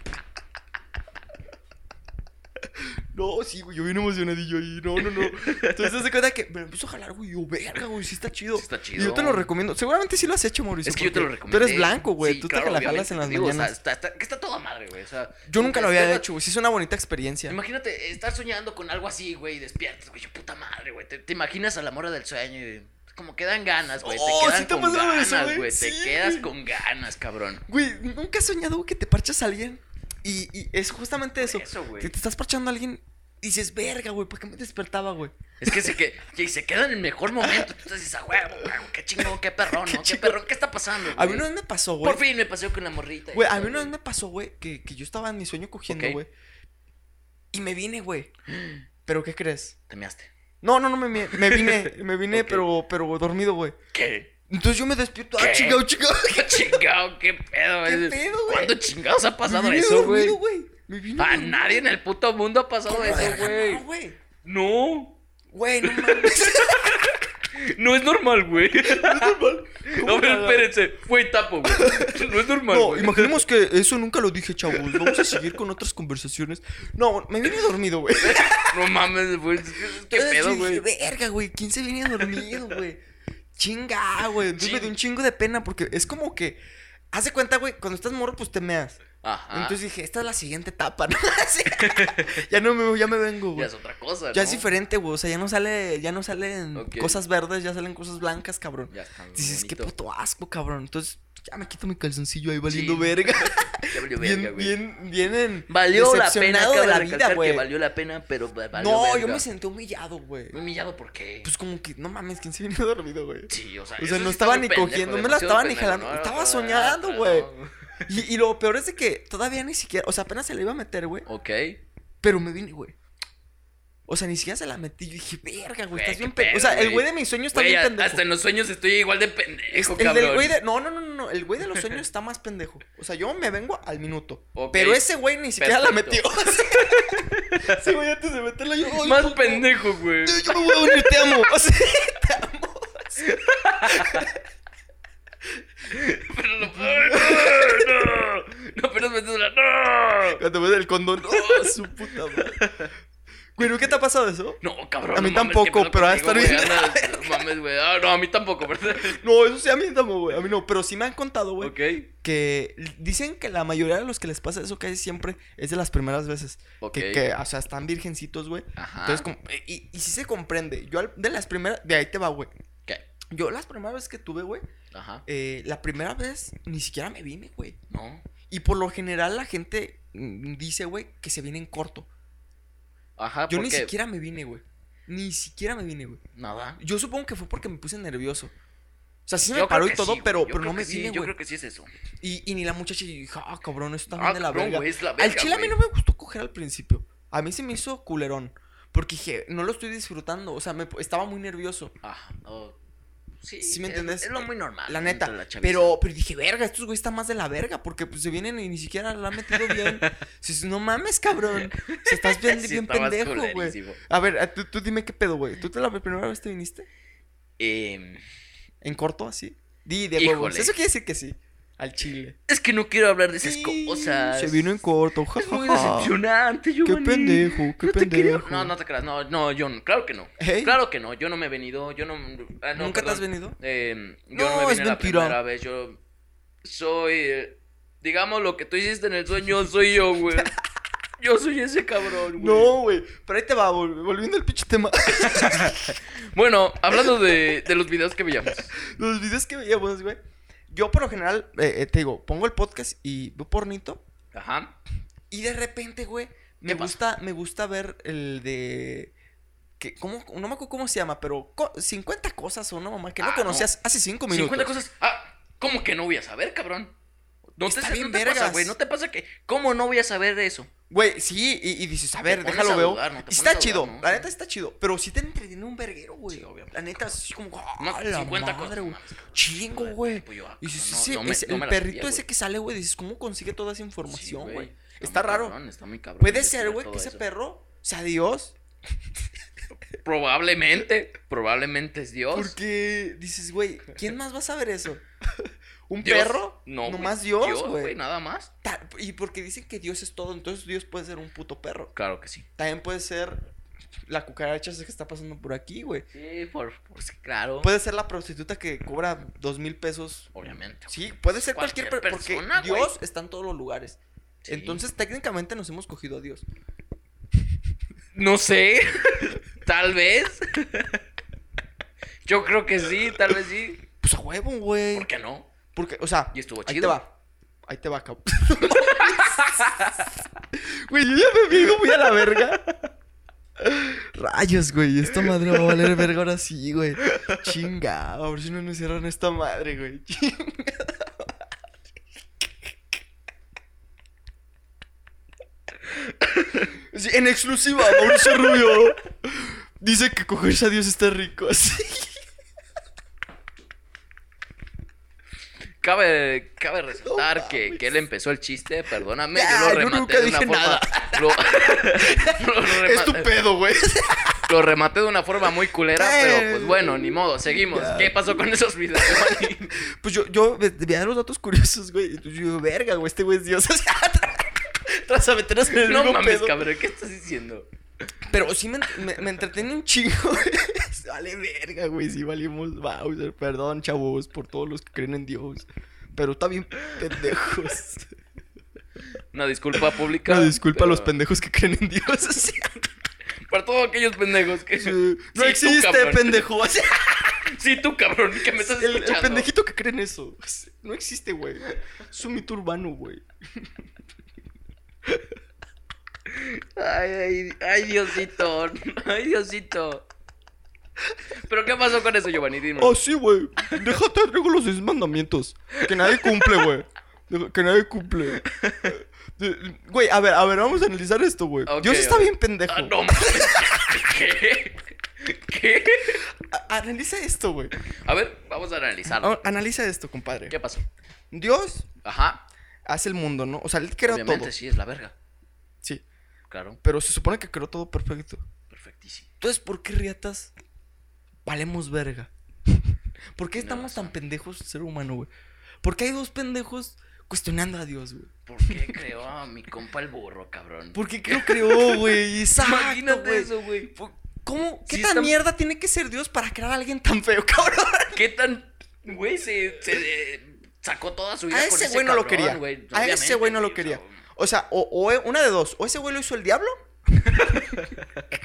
Speaker 2: No, sí, güey, yo bien emocionadillo ahí. No, no, no. Entonces, te das cuenta que me lo empiezo a jalar, güey. Yo, verga, güey, sí está chido.
Speaker 1: Sí está
Speaker 2: Y yo te lo
Speaker 1: chido.
Speaker 2: recomiendo. Seguramente sí lo has hecho, Mauricio.
Speaker 1: Es que yo te
Speaker 2: porque
Speaker 1: lo recomiendo.
Speaker 2: Tú eres blanco, güey. tú te la jalas en las mañanas.
Speaker 1: está, está- que está toda madre, güey. O sea,
Speaker 2: yo nunca lo había
Speaker 1: despierta-
Speaker 2: hecho, güey. Sí es una bonita experiencia.
Speaker 1: Imagínate estar soñando con algo así, güey, y despiertas, güey, yo, puta madre, güey. Te, te imaginas a la mora del sueño y como que dan ganas, güey.
Speaker 2: Oh,
Speaker 1: te quedan
Speaker 2: ¿sí te ha
Speaker 1: con
Speaker 2: pasado
Speaker 1: ganas,
Speaker 2: eso, güey?
Speaker 1: güey.
Speaker 2: Sí.
Speaker 1: Te quedas con ganas, cabrón.
Speaker 2: Güey, nunca has soñado güey, que te parchas a alguien. Y, y es justamente eso.
Speaker 1: Eso, güey.
Speaker 2: que te estás parchando a alguien y dices, verga, güey, ¿por qué me despertaba, güey?
Speaker 1: Es que se, que, y se queda en el mejor momento. Entonces dices, a "Ah, huevo, huevo, qué chingón, qué
Speaker 2: (laughs)
Speaker 1: perrón, ¿no? Qué,
Speaker 2: chingón.
Speaker 1: perrón, ¿qué está pasando,
Speaker 2: A
Speaker 1: güey?
Speaker 2: mí una vez me pasó, güey.
Speaker 1: Por fin me paseo con la morrita.
Speaker 2: Güey,
Speaker 1: y
Speaker 2: a
Speaker 1: todo,
Speaker 2: mí una vez me pasó, güey, que, que yo estaba en mi sueño cogiendo,
Speaker 1: Ok.
Speaker 2: güey. Y me vine, güey. ¿Pero qué crees?
Speaker 1: Te measte.
Speaker 2: No, no, no, me, me
Speaker 1: (laughs)
Speaker 2: me vine, me vine,
Speaker 1: Ok.
Speaker 2: pero, pero dormido, güey.
Speaker 1: ¿Qué?
Speaker 2: Entonces yo me
Speaker 1: (laughs)
Speaker 2: despierto.
Speaker 1: ¿Qué?
Speaker 2: Ah, chingado, chingado. (laughs)
Speaker 1: Chingado, qué pedo,
Speaker 2: ¿Qué
Speaker 1: güey.
Speaker 2: pedo, güey?
Speaker 1: ¿Cuándo chingados ha
Speaker 2: Me
Speaker 1: pasado
Speaker 2: vine
Speaker 1: eso, güey?
Speaker 2: dormido, güey. Me vine
Speaker 1: A
Speaker 2: dormido.
Speaker 1: nadie en el puto mundo ha pasado eso, güey.
Speaker 2: No, güey.
Speaker 1: No, (laughs)
Speaker 2: Güey, no mames.
Speaker 1: no es normal, güey. No es (laughs) normal.
Speaker 2: ¿Cómo
Speaker 1: No, pero
Speaker 2: nada?
Speaker 1: espérense. Fue tapo, güey. No es normal,
Speaker 2: No,
Speaker 1: güey.
Speaker 2: imaginemos que eso nunca lo dije, chavos. Vamos a seguir con otras conversaciones. No, me vine dormido, güey.
Speaker 1: No mames, güey. Qué
Speaker 2: Entonces,
Speaker 1: pedo,
Speaker 2: yo dije,
Speaker 1: güey.
Speaker 2: Verga, güey. ¿Quién se viene dormido, güey? Chinga, güey. Entonces me dio un chingo de pena porque es como que. Haz de cuenta, güey, cuando estás morro, pues te meas.
Speaker 1: Ajá.
Speaker 2: Entonces dije, esta es la siguiente etapa, ¿no? (laughs)
Speaker 1: (laughs)
Speaker 2: Así, ya no me ya me vengo,
Speaker 1: ya
Speaker 2: güey.
Speaker 1: es otra cosa,
Speaker 2: Ya
Speaker 1: ¿no?
Speaker 2: es diferente, güey. O sea, ya no sale, ya no salen
Speaker 1: Ok.
Speaker 2: cosas verdes, ya salen cosas blancas, cabrón.
Speaker 1: Ya está. muy
Speaker 2: Dices, qué
Speaker 1: bonito.
Speaker 2: puto asco, cabrón. Entonces, ya me quito mi calzoncillo ahí valiendo
Speaker 1: Sí.
Speaker 2: verga.
Speaker 1: (laughs) Ya valió verga,
Speaker 2: bien,
Speaker 1: güey.
Speaker 2: bien, bien en-
Speaker 1: Valió la pena,
Speaker 2: decepcionado
Speaker 1: acabo
Speaker 2: de
Speaker 1: de
Speaker 2: la
Speaker 1: recalcar
Speaker 2: vida,
Speaker 1: que
Speaker 2: güey.
Speaker 1: valió la pena, pero va- valió
Speaker 2: No,
Speaker 1: verga. Mm.
Speaker 2: yo me sentí humillado, güey.
Speaker 1: ¿Me he humillado por qué?
Speaker 2: Pues como que, no mames, ¿quién se viene (laughs) dormido, güey?
Speaker 1: sí, o sea,
Speaker 2: o sea,
Speaker 1: eso
Speaker 2: no
Speaker 1: sí
Speaker 2: estaba
Speaker 1: muy
Speaker 2: ni
Speaker 1: pendejo,
Speaker 2: cogiendo, no me la
Speaker 1: demasiado
Speaker 2: estaba ni
Speaker 1: pendejo,
Speaker 2: jalando,
Speaker 1: no, no,
Speaker 2: estaba
Speaker 1: no,
Speaker 2: soñando,
Speaker 1: no,
Speaker 2: güey.
Speaker 1: no.
Speaker 2: Y, y lo peor es de que todavía ni siquiera, o sea, apenas se le iba a meter, güey.
Speaker 1: Ok.
Speaker 2: Pero me vine, güey. O sea, ni siquiera se la metí. Yo dije, verga, güey,
Speaker 1: Güey,
Speaker 2: estás
Speaker 1: qué
Speaker 2: bien pendejo. O sea,
Speaker 1: pedo,
Speaker 2: el güey de mis sueños está
Speaker 1: Güey,
Speaker 2: bien
Speaker 1: a-
Speaker 2: pendejo.
Speaker 1: hasta en los sueños estoy igual de
Speaker 2: Es-
Speaker 1: pendejo,
Speaker 2: el
Speaker 1: cabrón.
Speaker 2: del güey de... No, no, no, no. El güey de los sueños está más pendejo. O sea, yo me vengo al minuto.
Speaker 1: Ok.
Speaker 2: Pero ese güey ni siquiera
Speaker 1: Perfecto.
Speaker 2: la metió. (laughs) sí, güey, antes de meterla yo... "Ay,
Speaker 1: Más
Speaker 2: puto,
Speaker 1: pendejo, güey.
Speaker 2: Yo, yo me voy a dormir, te amo. O sea, te amo.
Speaker 1: Pero lo- ¡Ay, no! No, apenas metes la. ¡No!
Speaker 2: Cuando ves el condón. Oh, su puta madre. Güey, ¿no ¿qué te ha pasado eso?
Speaker 1: No, cabrón.
Speaker 2: A mí
Speaker 1: no mames,
Speaker 2: tampoco,
Speaker 1: qué pedo
Speaker 2: pero ha de
Speaker 1: contigo,
Speaker 2: estar
Speaker 1: güey, anda- No mames, güey. Ah, no, a mí tampoco, (laughs) ¿verdad?
Speaker 2: No, eso sí a mí tampoco, güey. A mí no. Pero sí me han contado, güey.
Speaker 1: Ok.
Speaker 2: que dicen que la mayoría de los que les pasa eso casi siempre es de las primeras veces.
Speaker 1: Ok. Ah.
Speaker 2: Que, que, o sea, están virgencitos, güey.
Speaker 1: Ajá.
Speaker 2: Entonces, como, y, y sí se comprende. Yo al- de las primeras, de ahí te va, güey.
Speaker 1: ¿Qué?
Speaker 2: Yo las primeras veces que tuve, güey,
Speaker 1: Ajá.
Speaker 2: eh, la primera vez ni siquiera me vine, güey.
Speaker 1: No.
Speaker 2: Y por lo general la gente mm, dice, güey, que se viene en corto.
Speaker 1: Ajá,
Speaker 2: Yo
Speaker 1: ¿por
Speaker 2: ni
Speaker 1: qué?
Speaker 2: siquiera me vine, güey. Ni siquiera me vine, güey.
Speaker 1: Nada.
Speaker 2: Yo supongo que fue porque me puse nervioso. O sea, sí me
Speaker 1: Yo creo
Speaker 2: paró y
Speaker 1: que
Speaker 2: todo,
Speaker 1: sí,
Speaker 2: pero,
Speaker 1: güey. Yo
Speaker 2: pero
Speaker 1: creo
Speaker 2: no me
Speaker 1: que sí,
Speaker 2: vine,
Speaker 1: Yo
Speaker 2: güey.
Speaker 1: creo que sí es eso.
Speaker 2: Y, y ni la muchacha y dije, ah, cabrón, esto también
Speaker 1: Ah,
Speaker 2: de la
Speaker 1: cabrón,
Speaker 2: verga.
Speaker 1: güey, es la verga.
Speaker 2: Al chile a mí
Speaker 1: güey.
Speaker 2: no me gustó coger al principio. A mí se me hizo culerón. Porque dije, no lo estoy disfrutando. O sea, me, estaba muy nervioso.
Speaker 1: Ah, oh. Sí,
Speaker 2: ¿Sí me
Speaker 1: es-
Speaker 2: entiendes?
Speaker 1: Es, lo muy normal.
Speaker 2: La neta.
Speaker 1: entre la chaviza.
Speaker 2: pero, pero dije, verga, estos güey están más de la verga. Porque pues se vienen y ni siquiera la han metido
Speaker 1: (laughs)
Speaker 2: bien. Dices, no mames, cabrón. O sea, estás bien,
Speaker 1: Sí,
Speaker 2: bien
Speaker 1: estabas
Speaker 2: pendejo, güey.
Speaker 1: culerísimo.
Speaker 2: A ver, a- tú, tú dime qué pedo, güey. ¿Tú te la primera vez te viniste?
Speaker 1: Eh,
Speaker 2: ¿En corto así? Di, de huevos.
Speaker 1: Híjole.
Speaker 2: Eso quiere decir que sí. Al chile.
Speaker 1: es que no quiero hablar de esas
Speaker 2: Sí,
Speaker 1: cosas.
Speaker 2: Se vino en corto.
Speaker 1: Es muy
Speaker 2: jajaja.
Speaker 1: decepcionante, yo.
Speaker 2: Qué pendejo, qué
Speaker 1: no te quería-
Speaker 2: pendejo.
Speaker 1: No, no te creas. No, no, yo no. Claro que no.
Speaker 2: Ey,
Speaker 1: Claro que no. Yo no me he venido. Yo no. ah, no,
Speaker 2: ¿Nunca te has
Speaker 1: perdón.
Speaker 2: venido?
Speaker 1: Eh, yo
Speaker 2: No,
Speaker 1: no, me
Speaker 2: es
Speaker 1: vine la
Speaker 2: mentira.
Speaker 1: primera vez. Yo soy. eh, digamos lo que tú hiciste en el sueño, soy yo,
Speaker 2: (laughs)
Speaker 1: güey. Yo soy ese cabrón, güey.
Speaker 2: No, güey. Pero ahí te va, vol- volviendo al pinche tema.
Speaker 1: Bueno, hablando de, de los videos que veíamos.
Speaker 2: Los videos que veíamos, güey. Yo por lo general, eh, eh, te digo, pongo el podcast y veo pornito.
Speaker 1: Ajá.
Speaker 2: Y de repente, güey, me
Speaker 1: ¿Qué pasa?
Speaker 2: gusta, me gusta ver el de. Que, ¿cómo, no me acuerdo cómo se llama, pero co- 50 cosas o no, mamá, que no
Speaker 1: Ah,
Speaker 2: conocías hace 5 minutos.
Speaker 1: 50 cosas. Ah, ¿cómo que no voy a saber, cabrón? No te,
Speaker 2: Está
Speaker 1: no
Speaker 2: bien
Speaker 1: te pasa,
Speaker 2: vergas.
Speaker 1: güey. No te pasa que. ¿Cómo no voy a saber eso?
Speaker 2: Güey, sí, y, y dices, a
Speaker 1: Te
Speaker 2: ver,
Speaker 1: pones
Speaker 2: déjalo
Speaker 1: a
Speaker 2: veo.
Speaker 1: dudar, ¿no? Te
Speaker 2: Y
Speaker 1: pones a
Speaker 2: está
Speaker 1: dudar,
Speaker 2: chido,
Speaker 1: ¿no?
Speaker 2: la
Speaker 1: Sí.
Speaker 2: neta está chido, pero sí te entretiene un verguero, güey.
Speaker 1: Sí, obviamente.
Speaker 2: la neta es como,
Speaker 1: No,
Speaker 2: ¡ah, la
Speaker 1: 50
Speaker 2: madre,
Speaker 1: cosas.
Speaker 2: güey!
Speaker 1: mames, cabrón.
Speaker 2: Chingo, güey.
Speaker 1: Pues yo, ah,
Speaker 2: Y dices,
Speaker 1: cabrón,
Speaker 2: ese-
Speaker 1: no, no me-
Speaker 2: ese-
Speaker 1: no
Speaker 2: el
Speaker 1: me la
Speaker 2: perrito
Speaker 1: sabía,
Speaker 2: ese
Speaker 1: güey.
Speaker 2: que sale, güey, dices, ¿cómo consigue toda esa información,
Speaker 1: Sí,
Speaker 2: güey?
Speaker 1: Está
Speaker 2: Está
Speaker 1: muy
Speaker 2: raro.
Speaker 1: cabrón, está muy cabrón
Speaker 2: Puede
Speaker 1: que
Speaker 2: ser,
Speaker 1: tenga
Speaker 2: güey,
Speaker 1: todo
Speaker 2: que ese
Speaker 1: eso.
Speaker 2: perro sea Dios.
Speaker 1: Probablemente, probablemente es Dios.
Speaker 2: Porque dices, güey, ¿quién más va a saber eso? ¿Un
Speaker 1: Dios,
Speaker 2: perro?
Speaker 1: No, güey,
Speaker 2: Nomás Dios, güey.
Speaker 1: Nada más.
Speaker 2: Ta- Y porque dicen que Dios es todo, entonces Dios puede ser un puto perro.
Speaker 1: Claro que sí.
Speaker 2: También puede ser la cucaracha esa que está pasando por aquí, güey.
Speaker 1: Sí, por, por- sí, claro.
Speaker 2: Puede ser la prostituta que cobra dos mil pesos.
Speaker 1: Obviamente. güey.
Speaker 2: Sí, puede ser cualquier,
Speaker 1: Cualquier
Speaker 2: per- porque
Speaker 1: persona, güey.
Speaker 2: Dios está en todos los lugares.
Speaker 1: Sí.
Speaker 2: Entonces, técnicamente nos hemos cogido a Dios.
Speaker 1: No sé. (laughs) tal vez. Yo creo que sí, tal vez sí.
Speaker 2: Pues a huevo, güey.
Speaker 1: ¿Por qué no?
Speaker 2: Porque, o sea,
Speaker 1: Y estuvo
Speaker 2: ahí
Speaker 1: chido.
Speaker 2: te va. Ahí te va, cabrón. (laughs) Güey, yo ya me vengo muy a la verga. Rayos, güey. Esta madre va a valer verga ahora sí, güey. Chinga. A ver si no nos cierran esta madre, güey. Chinga. Sí, en exclusiva, Mauricio Rubio. Dice que cogerse a Dios está rico. Así.
Speaker 1: Cabe, cabe resaltar que,
Speaker 2: mames.
Speaker 1: que él empezó el chiste, perdóname,
Speaker 2: Ya,
Speaker 1: yo lo
Speaker 2: yo
Speaker 1: rematé
Speaker 2: nunca
Speaker 1: de una
Speaker 2: dije
Speaker 1: forma.
Speaker 2: nada.
Speaker 1: Lo, (laughs) lo
Speaker 2: Es tu
Speaker 1: rematé,
Speaker 2: pedo, güey.
Speaker 1: lo rematé de una forma muy culera,
Speaker 2: Eh,
Speaker 1: pero pues bueno, ni modo, seguimos.
Speaker 2: ya.
Speaker 1: ¿Qué pasó con esos
Speaker 2: (laughs)
Speaker 1: videos, Giovanni?
Speaker 2: Pues yo, yo ve- veía los datos curiosos, güey. Yo, yo, verga, güey, este güey es Dios. (laughs) O sea, tras a meternos en el
Speaker 1: No
Speaker 2: mismo
Speaker 1: mames,
Speaker 2: pedo.
Speaker 1: cabrón, ¿qué estás diciendo?
Speaker 2: Pero sí me, ent- me, me entretiene un chingo. güey. (laughs) vale verga, güey. Sí valimos Bowser. Perdón, chavos, por todos los que creen en Dios. Pero está bien
Speaker 1: (laughs)
Speaker 2: pendejos.
Speaker 1: Una
Speaker 2: (coughs)
Speaker 1: disculpa pública.
Speaker 2: Una disculpa a los
Speaker 1: pero-
Speaker 2: pendejos que creen en Dios. (laughs) o sea,
Speaker 1: Para todos aquellos pendejos que.
Speaker 2: eh, no
Speaker 1: (laughs) Sí, tú,
Speaker 2: existe,
Speaker 1: cabrón.
Speaker 2: pendejo. O sea,
Speaker 1: Sí, tú, cabrón, que me estás
Speaker 2: el, el
Speaker 1: escuchando.
Speaker 2: pendejito que cree en eso. o sea, No existe, güey. Es un mito urbano, güey.
Speaker 1: Ay, ay, ay, Diosito. (laughs) Ay, Diosito. ¿Pero qué pasó con eso, Giovanni? Dinos.
Speaker 2: Ah, sí, güey. Déjate arreglo los 10 mandamientos. Que nadie cumple, güey. Deja- Que nadie cumple. Eh, eh, Güey, a ver, a ver, vamos a analizar esto, güey.
Speaker 1: Ok,
Speaker 2: Dios está
Speaker 1: a ver.
Speaker 2: bien pendejo.
Speaker 1: Ah, no mames. (laughs) ¿Qué? ¿Qué?
Speaker 2: A- analiza esto, güey.
Speaker 1: A ver, vamos a analizarlo.
Speaker 2: A- Analiza esto, compadre.
Speaker 1: ¿Qué pasó?
Speaker 2: Dios
Speaker 1: Ajá.
Speaker 2: hace el mundo, ¿no? O sea, él creó
Speaker 1: Obviamente
Speaker 2: todo.
Speaker 1: sí, es la verga.
Speaker 2: Sí.
Speaker 1: Claro,
Speaker 2: Pero se supone que creó todo perfecto.
Speaker 1: perfectísimo.
Speaker 2: Entonces, ¿por qué riatas valemos verga? ¿Por qué
Speaker 1: Tienes
Speaker 2: estamos
Speaker 1: razón.
Speaker 2: tan pendejos, ser humano, güey? ¿Por qué hay dos pendejos cuestionando a Dios, güey?
Speaker 1: ¿Por qué creó a mi compa el burro, cabrón?
Speaker 2: ¿Por qué lo creó,
Speaker 1: (laughs)
Speaker 2: güey? Exacto,
Speaker 1: Imagínate
Speaker 2: güey.
Speaker 1: eso, güey.
Speaker 2: Fu- ¿Cómo? ¿Qué
Speaker 1: Sí
Speaker 2: tan
Speaker 1: está-
Speaker 2: mierda tiene que ser Dios para crear a alguien tan feo, (laughs) cabrón?
Speaker 1: ¿Qué tan. Güey, se, se eh, sacó toda su vida
Speaker 2: A
Speaker 1: con
Speaker 2: ese
Speaker 1: ese
Speaker 2: güey no lo
Speaker 1: cabrón,
Speaker 2: quería.
Speaker 1: güey.
Speaker 2: a ese
Speaker 1: Obviamente,
Speaker 2: güey no lo
Speaker 1: o sea,
Speaker 2: quería. O sea, o, o e- una de dos. O ese güey lo hizo el diablo. (laughs)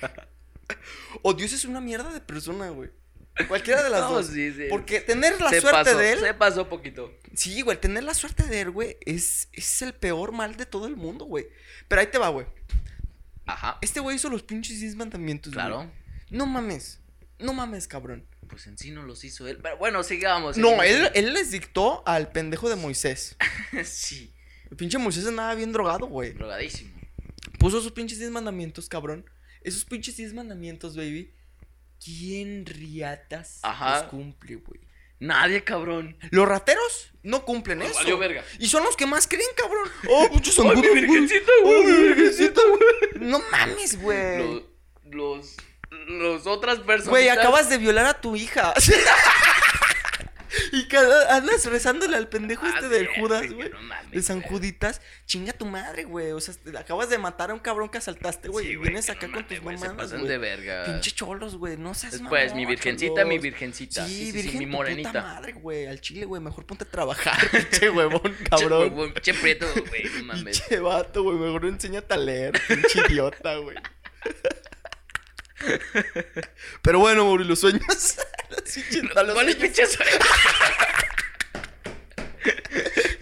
Speaker 2: o Dios es una mierda de persona, güey. Cualquiera de las
Speaker 1: (laughs) No,
Speaker 2: dos.
Speaker 1: sí, sí.
Speaker 2: Porque tener la
Speaker 1: se
Speaker 2: suerte
Speaker 1: pasó,
Speaker 2: de él.
Speaker 1: Se pasó poquito.
Speaker 2: Sí, güey, tener la suerte de él, güey, es, es el peor mal de todo el mundo, güey. Pero ahí te va, güey.
Speaker 1: Ajá.
Speaker 2: Este güey hizo los pinches 10 mandamientos, güey.
Speaker 1: Claro.
Speaker 2: No mames. No mames, cabrón.
Speaker 1: Pues en sí no los hizo él. Pero bueno, sigamos.
Speaker 2: No,
Speaker 1: sigamos.
Speaker 2: él, él les dictó al pendejo de Moisés.
Speaker 1: (laughs) sí,
Speaker 2: El pinche Moisés andaba bien drogado, güey.
Speaker 1: drogadísimo.
Speaker 2: Puso sus pinches 10 mandamientos, cabrón. Esos pinches 10 mandamientos, baby. ¿Quién riatas
Speaker 1: Ajá.
Speaker 2: los cumple, güey?
Speaker 1: Nadie, cabrón.
Speaker 2: Los rateros no cumplen
Speaker 1: Nos
Speaker 2: eso.
Speaker 1: valió verga.
Speaker 2: Y son los que más creen, cabrón.
Speaker 1: (laughs)
Speaker 2: Oh, muchos
Speaker 1: ¡Ay,
Speaker 2: zancudos,
Speaker 1: mi
Speaker 2: güey.
Speaker 1: virgencita,
Speaker 2: Ay,
Speaker 1: güey!
Speaker 2: mi virgencita, güey. No mames, güey.
Speaker 1: Los, los, los otras personas.
Speaker 2: Güey, acabas de violar a tu hija. (laughs) y cada, andas rezándole al pendejo
Speaker 1: Ah,
Speaker 2: este del Judas, güey. De San Juditas, chinga tu madre, güey. O sea, te- acabas de matar a un cabrón que asaltaste, güey. y vienes acá con tus
Speaker 1: mamás. Se
Speaker 2: mamadas,
Speaker 1: pasan
Speaker 2: güey.
Speaker 1: de verga.
Speaker 2: Pinche cholos, güey. No seas
Speaker 1: Pues mi
Speaker 2: mamón,
Speaker 1: virgencita, mi
Speaker 2: cholos.
Speaker 1: virgencita.
Speaker 2: Sí,
Speaker 1: Sí, sí, sí,
Speaker 2: virgen,
Speaker 1: mi
Speaker 2: tu puta
Speaker 1: morenita.
Speaker 2: madre, güey. Al chile, güey. Mejor ponte
Speaker 1: (laughs)
Speaker 2: a trabajar, pinche huevón,
Speaker 1: Che,
Speaker 2: cabrón.
Speaker 1: güey, Che, prieto, güey, no (laughs) mames.
Speaker 2: Pinche vato, güey. Mejor enséñate a leer, pinche idiota, güey. Pero bueno, Mauri, los sueños. (laughs) Los pinches- los
Speaker 1: ¿Cuál es
Speaker 2: sueños.
Speaker 1: pinche sueño?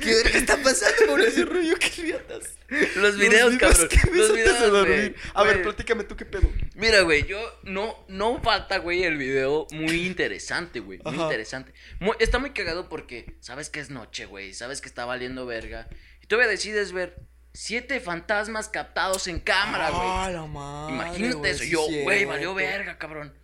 Speaker 2: ¿Qué verga está pasando, Mauri? Ese rollo, qué idiotas.
Speaker 1: (laughs) Los videos, cabrón.
Speaker 2: que ves
Speaker 1: Los
Speaker 2: antes de
Speaker 1: videos, güey.
Speaker 2: dormir. A ver,
Speaker 1: Güey.
Speaker 2: platícame tú qué pedo.
Speaker 1: Mira, güey, yo no, no falta, güey, el video muy interesante, güey. Muy
Speaker 2: Ajá.
Speaker 1: interesante. Mu- está muy cagado porque sabes que es noche, güey. Sabes que está valiendo verga. Y todavía decides ver siete fantasmas captados en cámara, güey.
Speaker 2: Ah, la madre.
Speaker 1: Imagínate
Speaker 2: güey,
Speaker 1: eso.
Speaker 2: sí
Speaker 1: yo,
Speaker 2: es
Speaker 1: güey, valió
Speaker 2: cierto.
Speaker 1: verga, cabrón.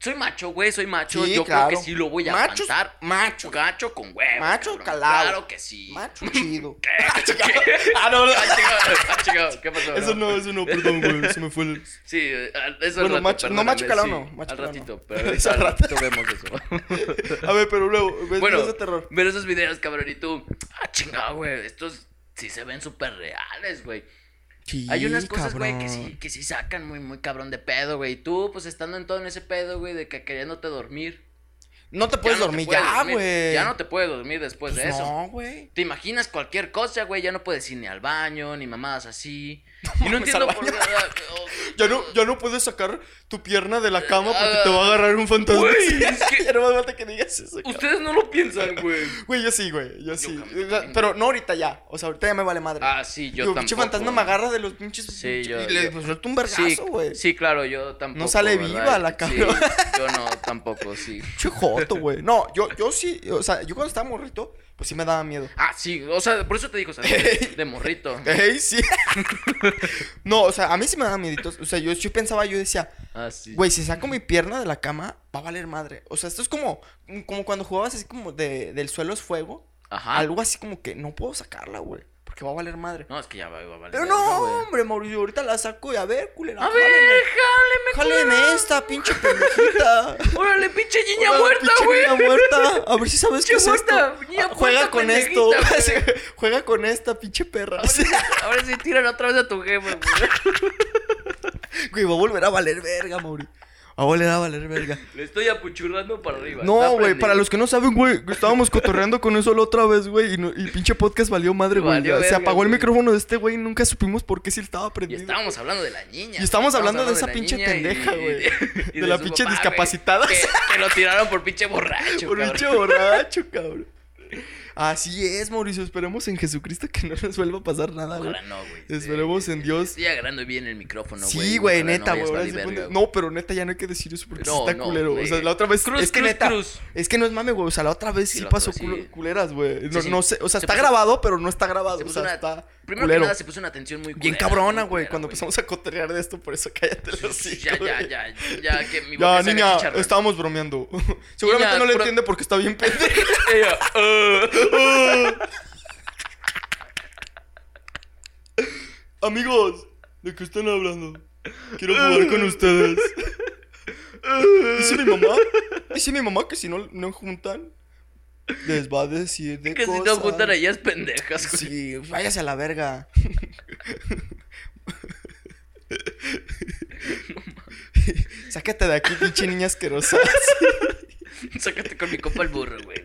Speaker 1: Soy macho, güey, soy macho.
Speaker 2: Sí,
Speaker 1: yo creo
Speaker 2: claro.
Speaker 1: que sí lo voy a
Speaker 2: Machos-
Speaker 1: aguantar.
Speaker 2: macho.
Speaker 1: Gacho con huevo.
Speaker 2: Macho
Speaker 1: cabrón.
Speaker 2: calado.
Speaker 1: Claro que sí. (laughs)
Speaker 2: (laughs) Macho chido.
Speaker 1: ¿Qué? (laughs)
Speaker 2: Ah, no, no.
Speaker 1: Ah, chingado, ah, chingado. ¿Qué pasó?
Speaker 2: Eso no, eso no, perdón, güey. Se me fue el.
Speaker 1: Sí, eh, al- eso
Speaker 2: Bueno,
Speaker 1: al rato,
Speaker 2: macho- no,
Speaker 1: perdóname,
Speaker 2: macho calado
Speaker 1: sí,
Speaker 2: no, macho
Speaker 1: al
Speaker 2: calado
Speaker 1: ratito,
Speaker 2: no. (laughs)
Speaker 1: pero
Speaker 2: Es al
Speaker 1: al
Speaker 2: rato.
Speaker 1: ratito vemos
Speaker 2: (laughs)
Speaker 1: eso.
Speaker 2: A ver, pero luego, ves
Speaker 1: bueno,
Speaker 2: ves de terror.
Speaker 1: ver esos videos, cabrón, y tú, ah, chingado, güey, estos sí se ven súper reales, güey. Hay unas cosas, güey, que sí, que sí sacan muy, muy cabrón de pedo, güey. Y tú, pues, estando en todo en ese pedo, güey, de que queriéndote dormir.
Speaker 2: No te
Speaker 1: ya
Speaker 2: puedes
Speaker 1: no te
Speaker 2: dormir
Speaker 1: puedes
Speaker 2: ya, güey.
Speaker 1: Ya no te puedes dormir después
Speaker 2: Pues
Speaker 1: de eso.
Speaker 2: No, güey.
Speaker 1: Te imaginas cualquier cosa, güey, ya no puedes ir ni al baño, ni mamadas
Speaker 2: (laughs)
Speaker 1: así. y no
Speaker 2: mames,
Speaker 1: entiendo
Speaker 2: al
Speaker 1: por qué...
Speaker 2: baño. (laughs) Ya no, ya no puedes sacar tu pierna de la cama porque te va a agarrar un fantasma.
Speaker 1: Ah.
Speaker 2: (laughs)
Speaker 1: Güey, es que- Pues
Speaker 2: ya no más falta que digas eso. cabrón.
Speaker 1: Ustedes no lo piensan,
Speaker 2: (laughs)
Speaker 1: güey.
Speaker 2: Güey, yo sí, güey. Yo sí.
Speaker 1: también,
Speaker 2: Eh,
Speaker 1: también.
Speaker 2: Pero no ahorita ya. O sea, ahorita ya me vale madre.
Speaker 1: Ah, sí, yo
Speaker 2: Digo,
Speaker 1: tampoco.
Speaker 2: pinche fantasma me agarra de los pinches.
Speaker 1: Sí, yo-
Speaker 2: Y le
Speaker 1: yo-
Speaker 2: pues, suelto un
Speaker 1: Sí,
Speaker 2: vergazo, güey.
Speaker 1: sí, claro, yo tampoco.
Speaker 2: sale
Speaker 1: ¿verdad?
Speaker 2: viva
Speaker 1: (laughs)
Speaker 2: la
Speaker 1: Sí,
Speaker 2: cabrón.
Speaker 1: yo no, tampoco, sí.
Speaker 2: Che joto, vato, güey. No, yo, yo sí, o sea, yo cuando estaba morrito, pues sí me daba miedo.
Speaker 1: Ah, sí, o sea, por eso te digo, o sea,
Speaker 2: (laughs)
Speaker 1: de, de morrito.
Speaker 2: Ey, sí. (laughs) no, o sea, a mí sí me daba miedito. O sea, yo, yo pensaba, yo decía,
Speaker 1: Ah, sí.
Speaker 2: güey, si saco mi pierna de la cama, va a valer madre. O sea, esto es como, como cuando jugabas así como de, del suelo es fuego.
Speaker 1: Ajá.
Speaker 2: Algo así como que no puedo sacarla, güey. Porque va a valer madre.
Speaker 1: No, es que ya va, va a valer
Speaker 2: Pero
Speaker 1: verga,
Speaker 2: no,
Speaker 1: güey.
Speaker 2: hombre, Mauricio, ahorita la saco y a ver, culera.
Speaker 1: A ver, jáleme, culera.
Speaker 2: jáleme, jáleme esta pinche pendejita.
Speaker 1: Órale, pinche (laughs) niña
Speaker 2: Hola,
Speaker 1: muerta,
Speaker 2: pinche
Speaker 1: güey.
Speaker 2: Niña muerta. A ver si sabes qué
Speaker 1: Pinche
Speaker 2: es
Speaker 1: muerta,
Speaker 2: esto.
Speaker 1: niña
Speaker 2: Ah, Juega
Speaker 1: muerta
Speaker 2: con esto. (laughs)
Speaker 1: pendejita, güey.
Speaker 2: Juega con esta
Speaker 1: (laughs)
Speaker 2: pinche perra.
Speaker 1: Ahora sí, tírala otra vez a tu jefe, güey.
Speaker 2: (laughs) Güey, va a volver a valer verga, Mauri. Va a volver a valer verga.
Speaker 1: Le estoy apuchurrando para arriba. Está
Speaker 2: No, güey,
Speaker 1: prendido.
Speaker 2: para los que no saben, güey, estábamos cotorreando con eso la otra vez, güey, y, no- y pinche podcast valió madre, güey.
Speaker 1: Valió
Speaker 2: Ya Se
Speaker 1: verga,
Speaker 2: apagó el
Speaker 1: güey.
Speaker 2: micrófono de este güey y nunca supimos por qué si él estaba
Speaker 1: Y
Speaker 2: prendido.
Speaker 1: estábamos hablando de la niña.
Speaker 2: Y estábamos hablando de esa
Speaker 1: la
Speaker 2: pinche
Speaker 1: niña (laughs) y-
Speaker 2: pendeja, güey.
Speaker 1: y- y
Speaker 2: De la
Speaker 1: su
Speaker 2: pinche
Speaker 1: güey,
Speaker 2: discapacitada.
Speaker 1: Que, que lo tiraron por pinche borracho,
Speaker 2: Por
Speaker 1: cabrón.
Speaker 2: pinche borracho, cabrón. (laughs) Así es, Mauricio. Esperemos en Jesucristo que no (laughs) nos vuelva a pasar nada, güey.
Speaker 1: Ojalá no, güey.
Speaker 2: Esperemos en Dios.
Speaker 1: Estoy agarrando bien el micrófono, güey.
Speaker 2: Sí, güey,
Speaker 1: Ojalá
Speaker 2: neta,
Speaker 1: vayas a
Speaker 2: güey. ahora
Speaker 1: valer
Speaker 2: sí
Speaker 1: verga,
Speaker 2: pone-
Speaker 1: güey.
Speaker 2: No, pero neta, ya no hay que decir eso porque sí
Speaker 1: No,
Speaker 2: está
Speaker 1: no,
Speaker 2: culero. O
Speaker 1: güey.
Speaker 2: sea, la otra vez.
Speaker 1: Cruz,
Speaker 2: es que
Speaker 1: cruz,
Speaker 2: neta.
Speaker 1: cruz.
Speaker 2: Es que no es mame, güey. O sea, la otra vez sí,
Speaker 1: Sí, la otra
Speaker 2: pasó
Speaker 1: vez
Speaker 2: culo-
Speaker 1: sí.
Speaker 2: culeras, güey. No,
Speaker 1: Sí, sí.
Speaker 2: no sé. O sea,
Speaker 1: Se
Speaker 2: está
Speaker 1: puso-
Speaker 2: grabado, pero no está grabado.
Speaker 1: Se
Speaker 2: O
Speaker 1: puso
Speaker 2: sea,
Speaker 1: una-
Speaker 2: está.
Speaker 1: Primero
Speaker 2: culero.
Speaker 1: que nada se puso una atención muy
Speaker 2: Bien
Speaker 1: culera,
Speaker 2: cabrona,
Speaker 1: muy
Speaker 2: güey.
Speaker 1: culera,
Speaker 2: Cuando empezamos a cotorrear de esto, por eso cállate los (laughs)
Speaker 1: Sí, Ya, ya, ya, ya, que mi boca
Speaker 2: Ya,
Speaker 1: se haga
Speaker 2: niña,
Speaker 1: chicharrón.
Speaker 2: estábamos bromeando. (laughs) Seguramente
Speaker 1: Niña,
Speaker 2: no le
Speaker 1: puro-
Speaker 2: entiende porque está
Speaker 1: (laughs)
Speaker 2: bien pendejo.
Speaker 1: Ella, "Ah".
Speaker 2: Amigos, ¿de qué están hablando? Quiero jugar con ustedes. Dice mi mamá, dice mi mamá que si no, no juntan, les va a decir de
Speaker 1: (laughs) que si
Speaker 2: cosas.
Speaker 1: no juntan a ellas pendejas, güey.
Speaker 2: Sí, váyase a la
Speaker 1: (laughs)
Speaker 2: verga. (laughs) Sácate de aquí, pinche
Speaker 1: (laughs)
Speaker 2: niña asquerosa.
Speaker 1: Sácate con mi copa el burro,
Speaker 2: (laughs)
Speaker 1: güey.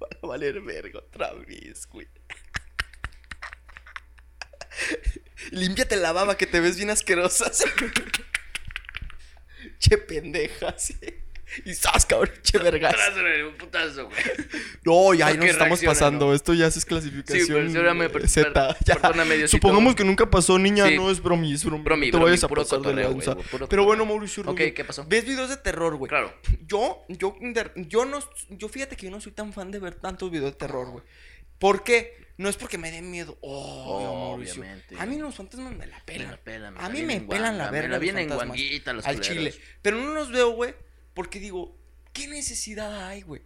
Speaker 2: Van a valer verga otra vez, güey. Límpiate la baba que te ves bien asquerosa. che pendeja, sí. Y sas, cabrón, che vergas.
Speaker 1: Atrás, güey, un putazo, güey.
Speaker 2: No, ya ahí
Speaker 1: Porque
Speaker 2: nos estamos
Speaker 1: reacciona,
Speaker 2: pasando.
Speaker 1: ¿no?
Speaker 2: Esto ya es clasificación
Speaker 1: Sí, pues, perdóname, per-
Speaker 2: eh, Z.
Speaker 1: per-
Speaker 2: Ya.
Speaker 1: perdóname, Diosito.
Speaker 2: Supongamos que nunca pasó, niña.
Speaker 1: Sí.
Speaker 2: No es bromi, es bromi.
Speaker 1: Bromi,
Speaker 2: no te
Speaker 1: bromi,
Speaker 2: vayas a
Speaker 1: puro
Speaker 2: pasar de
Speaker 1: cotorreo,
Speaker 2: lanza.
Speaker 1: güey, puro
Speaker 2: Pero bueno,
Speaker 1: cotorreo.
Speaker 2: Mauricio
Speaker 1: Ok,
Speaker 2: Rubio,
Speaker 1: ¿qué pasó?
Speaker 2: ¿Ves videos de terror, güey?
Speaker 1: Claro.
Speaker 2: Yo, yo, de- yo no, yo fíjate que yo no soy tan fan de ver tantos videos de terror, güey. ¿Por qué? No es porque me den miedo. Oh, Mauricio.
Speaker 1: Obviamente.
Speaker 2: A mí los fantasmas me la pelan.
Speaker 1: la pelan, me
Speaker 2: a
Speaker 1: la
Speaker 2: mí me
Speaker 1: vienen
Speaker 2: pelan la
Speaker 1: guanga, me
Speaker 2: verga.
Speaker 1: la
Speaker 2: los
Speaker 1: vienen
Speaker 2: fantasmas.
Speaker 1: guanguita los
Speaker 2: Al
Speaker 1: culeros.
Speaker 2: chile. Pero no los veo, güey, porque digo, ¿qué necesidad hay, güey?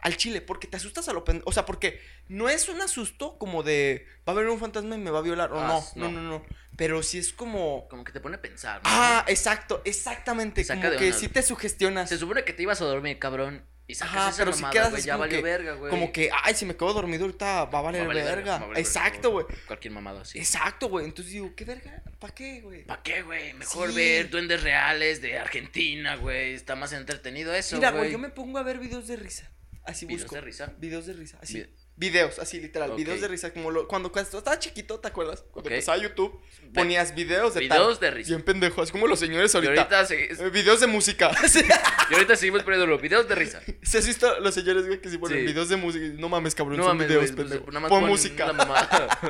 Speaker 2: Al chile, porque te asustas a lo pendejo. O sea, porque no es un asusto como de va a venir un fantasma y me va a violar. O
Speaker 1: Ah,
Speaker 2: no, no,
Speaker 1: no.
Speaker 2: no, no. Pero sí es como.
Speaker 1: Como que te pone a pensar, ¿no?
Speaker 2: Ah, exacto, exactamente.
Speaker 1: Saca
Speaker 2: como
Speaker 1: de
Speaker 2: que
Speaker 1: onda.
Speaker 2: sí te sugestionas.
Speaker 1: Se supone que te ibas a dormir, cabrón. Y sacas
Speaker 2: Ajá,
Speaker 1: esa
Speaker 2: pero si
Speaker 1: mamada,
Speaker 2: quedas
Speaker 1: güey,
Speaker 2: así
Speaker 1: ya
Speaker 2: como
Speaker 1: valió
Speaker 2: que-
Speaker 1: verga, güey.
Speaker 2: Como que, ay, si me quedo dormido ahorita va a
Speaker 1: Va a
Speaker 2: valer
Speaker 1: valer
Speaker 2: verga.
Speaker 1: va a valer verga,
Speaker 2: Exacto, güey.
Speaker 1: Cualquier mamado así.
Speaker 2: Exacto, güey. Entonces digo, ¿qué verga? ¿Para qué, güey?
Speaker 1: ¿Para qué, güey? Mejor
Speaker 2: Sí.
Speaker 1: ver duendes reales de Argentina, güey. Está más entretenido eso,
Speaker 2: Mira,
Speaker 1: güey.
Speaker 2: güey, yo me pongo a ver videos de risa. Así
Speaker 1: Videos
Speaker 2: busco.
Speaker 1: de risa.
Speaker 2: Videos de risa, así.
Speaker 1: Vi-
Speaker 2: Videos, así literal,
Speaker 1: Ok.
Speaker 2: videos de risa. Como lo- cuando, cuando estaba chiquito, ¿te acuerdas? Cuando
Speaker 1: Ok.
Speaker 2: empezaba YouTube, ponías videos de tal.
Speaker 1: Videos de risa.
Speaker 2: Bien pendejo, así como los señores
Speaker 1: Y
Speaker 2: ahorita.
Speaker 1: ahorita, se-
Speaker 2: Eh, videos
Speaker 1: (laughs)
Speaker 2: de música. (laughs)
Speaker 1: y ahorita seguimos poniendo los videos de risa.
Speaker 2: ¿Se has visto los señores, güey, que si ponen
Speaker 1: Sí.
Speaker 2: videos de música? No mames, cabrón,
Speaker 1: No
Speaker 2: son
Speaker 1: mames,
Speaker 2: videos,
Speaker 1: güey, pues,
Speaker 2: pendejo.
Speaker 1: nada más
Speaker 2: Pon
Speaker 1: ponen
Speaker 2: música.
Speaker 1: una
Speaker 2: (laughs)
Speaker 1: mamada.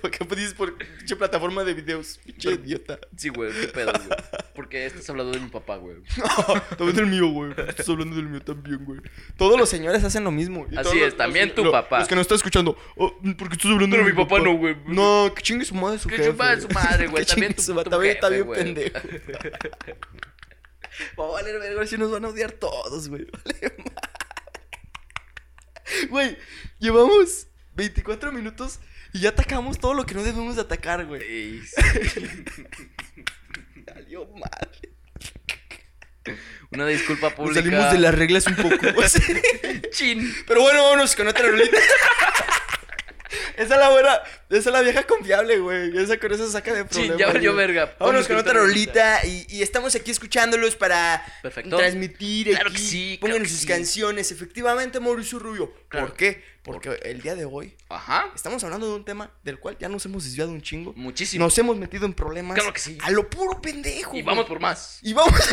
Speaker 2: ¿Por qué dices por pinche plataforma de videos? Pinche (laughs) idiota.
Speaker 1: Sí, güey, qué pedo, güey. Porque estás hablando de mi papá,
Speaker 2: (laughs)
Speaker 1: güey.
Speaker 2: También del mío, güey. Estás hablando del mío también, güey. Todos los señores hacen lo mismo. Y
Speaker 1: Así
Speaker 2: todos
Speaker 1: es,
Speaker 2: los-
Speaker 1: también
Speaker 2: los-
Speaker 1: tu
Speaker 2: lo-
Speaker 1: papá.
Speaker 2: Los que nos están escuchando. Oh, ¿Por qué estás hablando
Speaker 1: Pero
Speaker 2: de
Speaker 1: mi papá no, güey.
Speaker 2: No, que chingue su madre su
Speaker 1: Que
Speaker 2: jefe.
Speaker 1: chupa su madre, güey.
Speaker 2: (laughs) Que
Speaker 1: También
Speaker 2: chingue
Speaker 1: tu-
Speaker 2: su madre,
Speaker 1: tu
Speaker 2: También está
Speaker 1: jefe,
Speaker 2: bien
Speaker 1: güey.
Speaker 2: pendejo.
Speaker 1: (laughs)
Speaker 2: Va a valer verga, ahora sí nos van a odiar todos, güey. (laughs) Vale, madre. Güey, llevamos 24 minutos y ya atacamos todo lo que no debemos de atacar, güey.
Speaker 1: Ey,
Speaker 2: Salió mal.
Speaker 1: Una disculpa
Speaker 2: Nos
Speaker 1: pública.
Speaker 2: salimos de las reglas un poco. (laughs)
Speaker 1: Chin.
Speaker 2: Pero bueno, vámonos con otra
Speaker 1: (laughs)
Speaker 2: rolita. esa es la buena. Esa es la vieja confiable, güey. Esa con esa saca de
Speaker 1: Chin,
Speaker 2: problemas.
Speaker 1: ya valió
Speaker 2: güey.
Speaker 1: verga.
Speaker 2: Vámonos con otra rolita y, y estamos aquí escuchándolos para
Speaker 1: Perfecto.
Speaker 2: transmitir
Speaker 1: Claro
Speaker 2: aquí.
Speaker 1: que sí,
Speaker 2: Pongan
Speaker 1: claro que
Speaker 2: sus
Speaker 1: sí.
Speaker 2: canciones. Efectivamente, Mauricio Rubio.
Speaker 1: Claro.
Speaker 2: ¿Por qué? Porque el día de hoy
Speaker 1: Ajá.
Speaker 2: estamos hablando de un tema del cual ya nos hemos desviado un chingo.
Speaker 1: Muchísimo.
Speaker 2: Nos hemos metido en problemas.
Speaker 1: Claro que sí.
Speaker 2: A lo puro pendejo.
Speaker 1: y
Speaker 2: güey.
Speaker 1: vamos por más.
Speaker 2: Y vamos
Speaker 1: (laughs)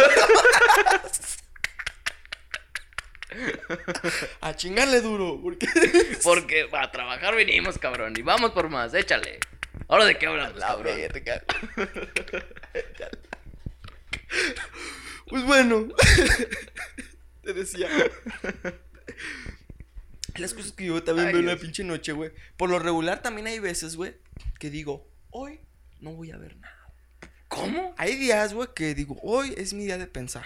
Speaker 2: a... a chingarle duro, porque (laughs)
Speaker 1: Porque a trabajar vinimos, cabrón. Y vamos por más. Échale. Ahora (laughs) de qué hablamos,
Speaker 2: la
Speaker 1: cabrón.
Speaker 2: verga. Pues bueno. (laughs) Te decía. Las cosas que yo también
Speaker 1: Ay,
Speaker 2: veo en la
Speaker 1: Dios.
Speaker 2: pinche noche, güey. Por lo regular también hay veces, güey, que digo, hoy no voy a ver nada.
Speaker 1: ¿Cómo?
Speaker 2: Hay días, güey, que digo, hoy es mi día de pensar.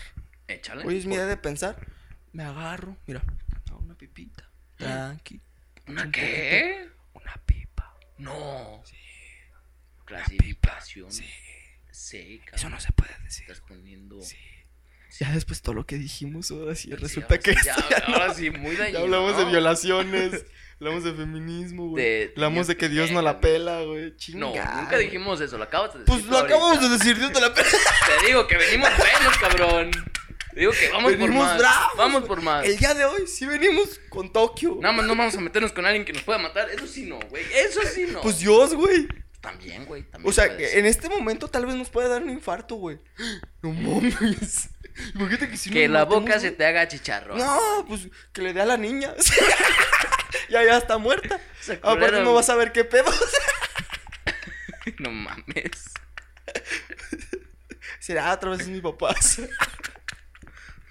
Speaker 1: Échale.
Speaker 2: Hoy es mi día de pensar. Me agarro, mira, a una pipita. Tranqui.
Speaker 1: ¿Una qué?
Speaker 2: Una pipa.
Speaker 1: No.
Speaker 2: Sí.
Speaker 1: Clasificación.
Speaker 2: Sí.
Speaker 1: Seca.
Speaker 2: Eso no se puede decir.
Speaker 1: Estás poniendo.
Speaker 2: Sí. Ya después todo lo que dijimos, ahora sí,
Speaker 1: Sí,
Speaker 2: resulta
Speaker 1: ahora
Speaker 2: que.
Speaker 1: sí, ya-
Speaker 2: esto ya no-
Speaker 1: ahora sí, muy dañino.
Speaker 2: Ya hablamos de
Speaker 1: ¿no? (laughs)
Speaker 2: violaciones, hablamos de feminismo, güey.
Speaker 1: De-
Speaker 2: hablamos de que Dios no la pela, güey.
Speaker 1: No,
Speaker 2: Chinga.
Speaker 1: nunca dijimos eso, lo acabas de decir.
Speaker 2: Pues
Speaker 1: tú
Speaker 2: lo
Speaker 1: ahorita.
Speaker 2: acabamos de decir, Dios no la pela.
Speaker 1: Te digo que venimos buenos, cabrón. Te digo que (laughs) vamos por
Speaker 2: Venimos
Speaker 1: más.
Speaker 2: bravos,
Speaker 1: vamos
Speaker 2: güey.
Speaker 1: por más.
Speaker 2: El día de hoy sí venimos con Tokio.
Speaker 1: Nada más no vamos a meternos con alguien que nos pueda matar. Eso sí no, güey. Eso sí no.
Speaker 2: Pues Dios, güey.
Speaker 1: también, güey. También
Speaker 2: O sea,
Speaker 1: puede
Speaker 2: que en este momento tal vez nos puede dar un infarto, güey. (gasps) No mames. (laughs) Imagínate que si
Speaker 1: ser.
Speaker 2: no
Speaker 1: Que
Speaker 2: nos
Speaker 1: la
Speaker 2: matemos,
Speaker 1: boca se
Speaker 2: güey.
Speaker 1: te haga chicharrón.
Speaker 2: No, pues que le dé a la niña. (laughs) ya, ya
Speaker 1: (laughs)
Speaker 2: está muerta. Ah,
Speaker 1: Esa culera,
Speaker 2: Aparte no
Speaker 1: güey.
Speaker 2: vas a ver qué pedo.
Speaker 1: (laughs)
Speaker 2: (laughs)
Speaker 1: No mames.
Speaker 2: Será otra vez mis papás.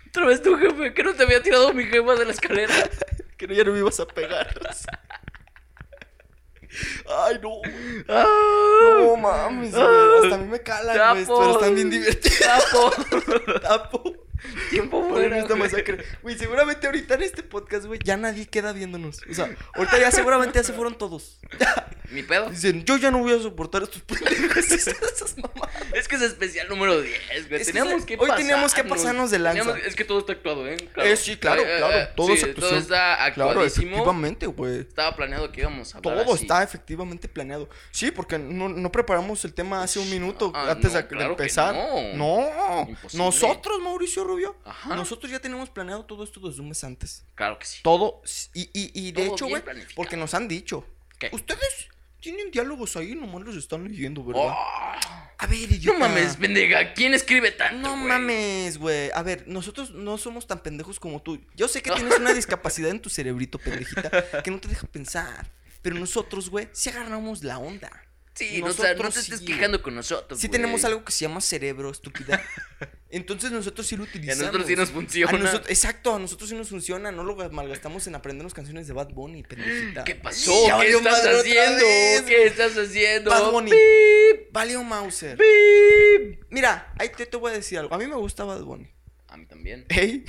Speaker 1: Otra vez tu jefe, que no te había tirado mi jefa de la
Speaker 2: (laughs)
Speaker 1: escalera.
Speaker 2: (laughs) que no, ya no me ibas a pegar. (laughs) Ay, no. güey. No
Speaker 1: No
Speaker 2: mames, güey. Hasta a mí me calan, güey. Pero están bien divertidos. (laughs)
Speaker 1: Tapo.
Speaker 2: Tapo.
Speaker 1: (laughs) Tiempo
Speaker 2: Bueno,
Speaker 1: fuera.
Speaker 2: esta
Speaker 1: güey.
Speaker 2: masacre. Güey, seguramente ahorita en este podcast, güey, ya nadie queda viéndonos.
Speaker 1: (laughs)
Speaker 2: O sea, ahorita ya seguramente ya se fueron todos. (laughs)
Speaker 1: Mi pedo.
Speaker 2: Dicen, yo ya no voy a soportar estos pendejos. Pues, Esas mamadas.
Speaker 1: Es que es especial número 10, güey.
Speaker 2: Es que
Speaker 1: Teníamos
Speaker 2: se-
Speaker 1: que
Speaker 2: hoy teníamos que
Speaker 1: pasarnos.
Speaker 2: pasarnos de lanza.
Speaker 1: Teníamos- es que todo está actuado, ¿eh?
Speaker 2: Eh, sí, claro, claro. Todo
Speaker 1: sí,
Speaker 2: es actuación.
Speaker 1: Todo está
Speaker 2: Claro,
Speaker 1: actuadísimo.
Speaker 2: efectivamente, güey.
Speaker 1: Estaba planeado que íbamos a hablar
Speaker 2: Todo
Speaker 1: así.
Speaker 2: está efectivamente planeado. Sí, porque no, no preparamos el tema hace un minuto
Speaker 1: Ah,
Speaker 2: antes
Speaker 1: no,
Speaker 2: de, de
Speaker 1: claro que
Speaker 2: empezar.
Speaker 1: no.
Speaker 2: No.
Speaker 1: Imposible.
Speaker 2: Nosotros, Mauricio Rubio,
Speaker 1: Ajá.
Speaker 2: nosotros ya tenemos planeado todo esto desde un mes antes.
Speaker 1: Claro que sí.
Speaker 2: Todo. Y, y, y de
Speaker 1: Todo
Speaker 2: hecho,
Speaker 1: bien
Speaker 2: güey,
Speaker 1: planificado.
Speaker 2: porque nos han dicho.
Speaker 1: ¿Qué?
Speaker 2: Ustedes tienen diálogos ahí, nomás los están leyendo, ¿verdad?
Speaker 1: Oh,
Speaker 2: A ver,
Speaker 1: no
Speaker 2: idiota.
Speaker 1: mames, pendeja. ¿Quién escribe tanto?
Speaker 2: No
Speaker 1: güey?
Speaker 2: mames, güey. A ver, nosotros no somos tan pendejos como tú. Yo sé que
Speaker 1: (laughs)
Speaker 2: tienes una discapacidad en tu cerebrito, pendejita, que no te deja pensar. Pero nosotros, güey, sí agarramos la onda.
Speaker 1: Sí, no, o sea, no
Speaker 2: Nosotros
Speaker 1: te estés
Speaker 2: sí.
Speaker 1: quejando con nosotros.
Speaker 2: Sí
Speaker 1: güey.
Speaker 2: tenemos algo que se llama cerebro,
Speaker 1: (laughs)
Speaker 2: estúpida. Entonces nosotros sí lo
Speaker 1: Y a
Speaker 2: utilizamos.
Speaker 1: nosotros sí nos
Speaker 2: A
Speaker 1: funciona.
Speaker 2: nosotros- exacto, a nosotros sí nos funciona. No lo malgastamos en aprendernos canciones de Bad Bunny, pendejita.
Speaker 1: ¿Qué pasó? ¿Qué
Speaker 2: Ya valió
Speaker 1: estás
Speaker 2: madre otra
Speaker 1: haciendo?
Speaker 2: vez.
Speaker 1: ¿Qué estás haciendo?
Speaker 2: Bad Bunny.
Speaker 1: Pip,
Speaker 2: Valio Mauser.
Speaker 1: pip.
Speaker 2: Mira, ahí te, te voy a decir algo. A mí me gusta Bad Bunny.
Speaker 1: A mí
Speaker 2: (laughs)
Speaker 1: también.
Speaker 2: ¿Ey?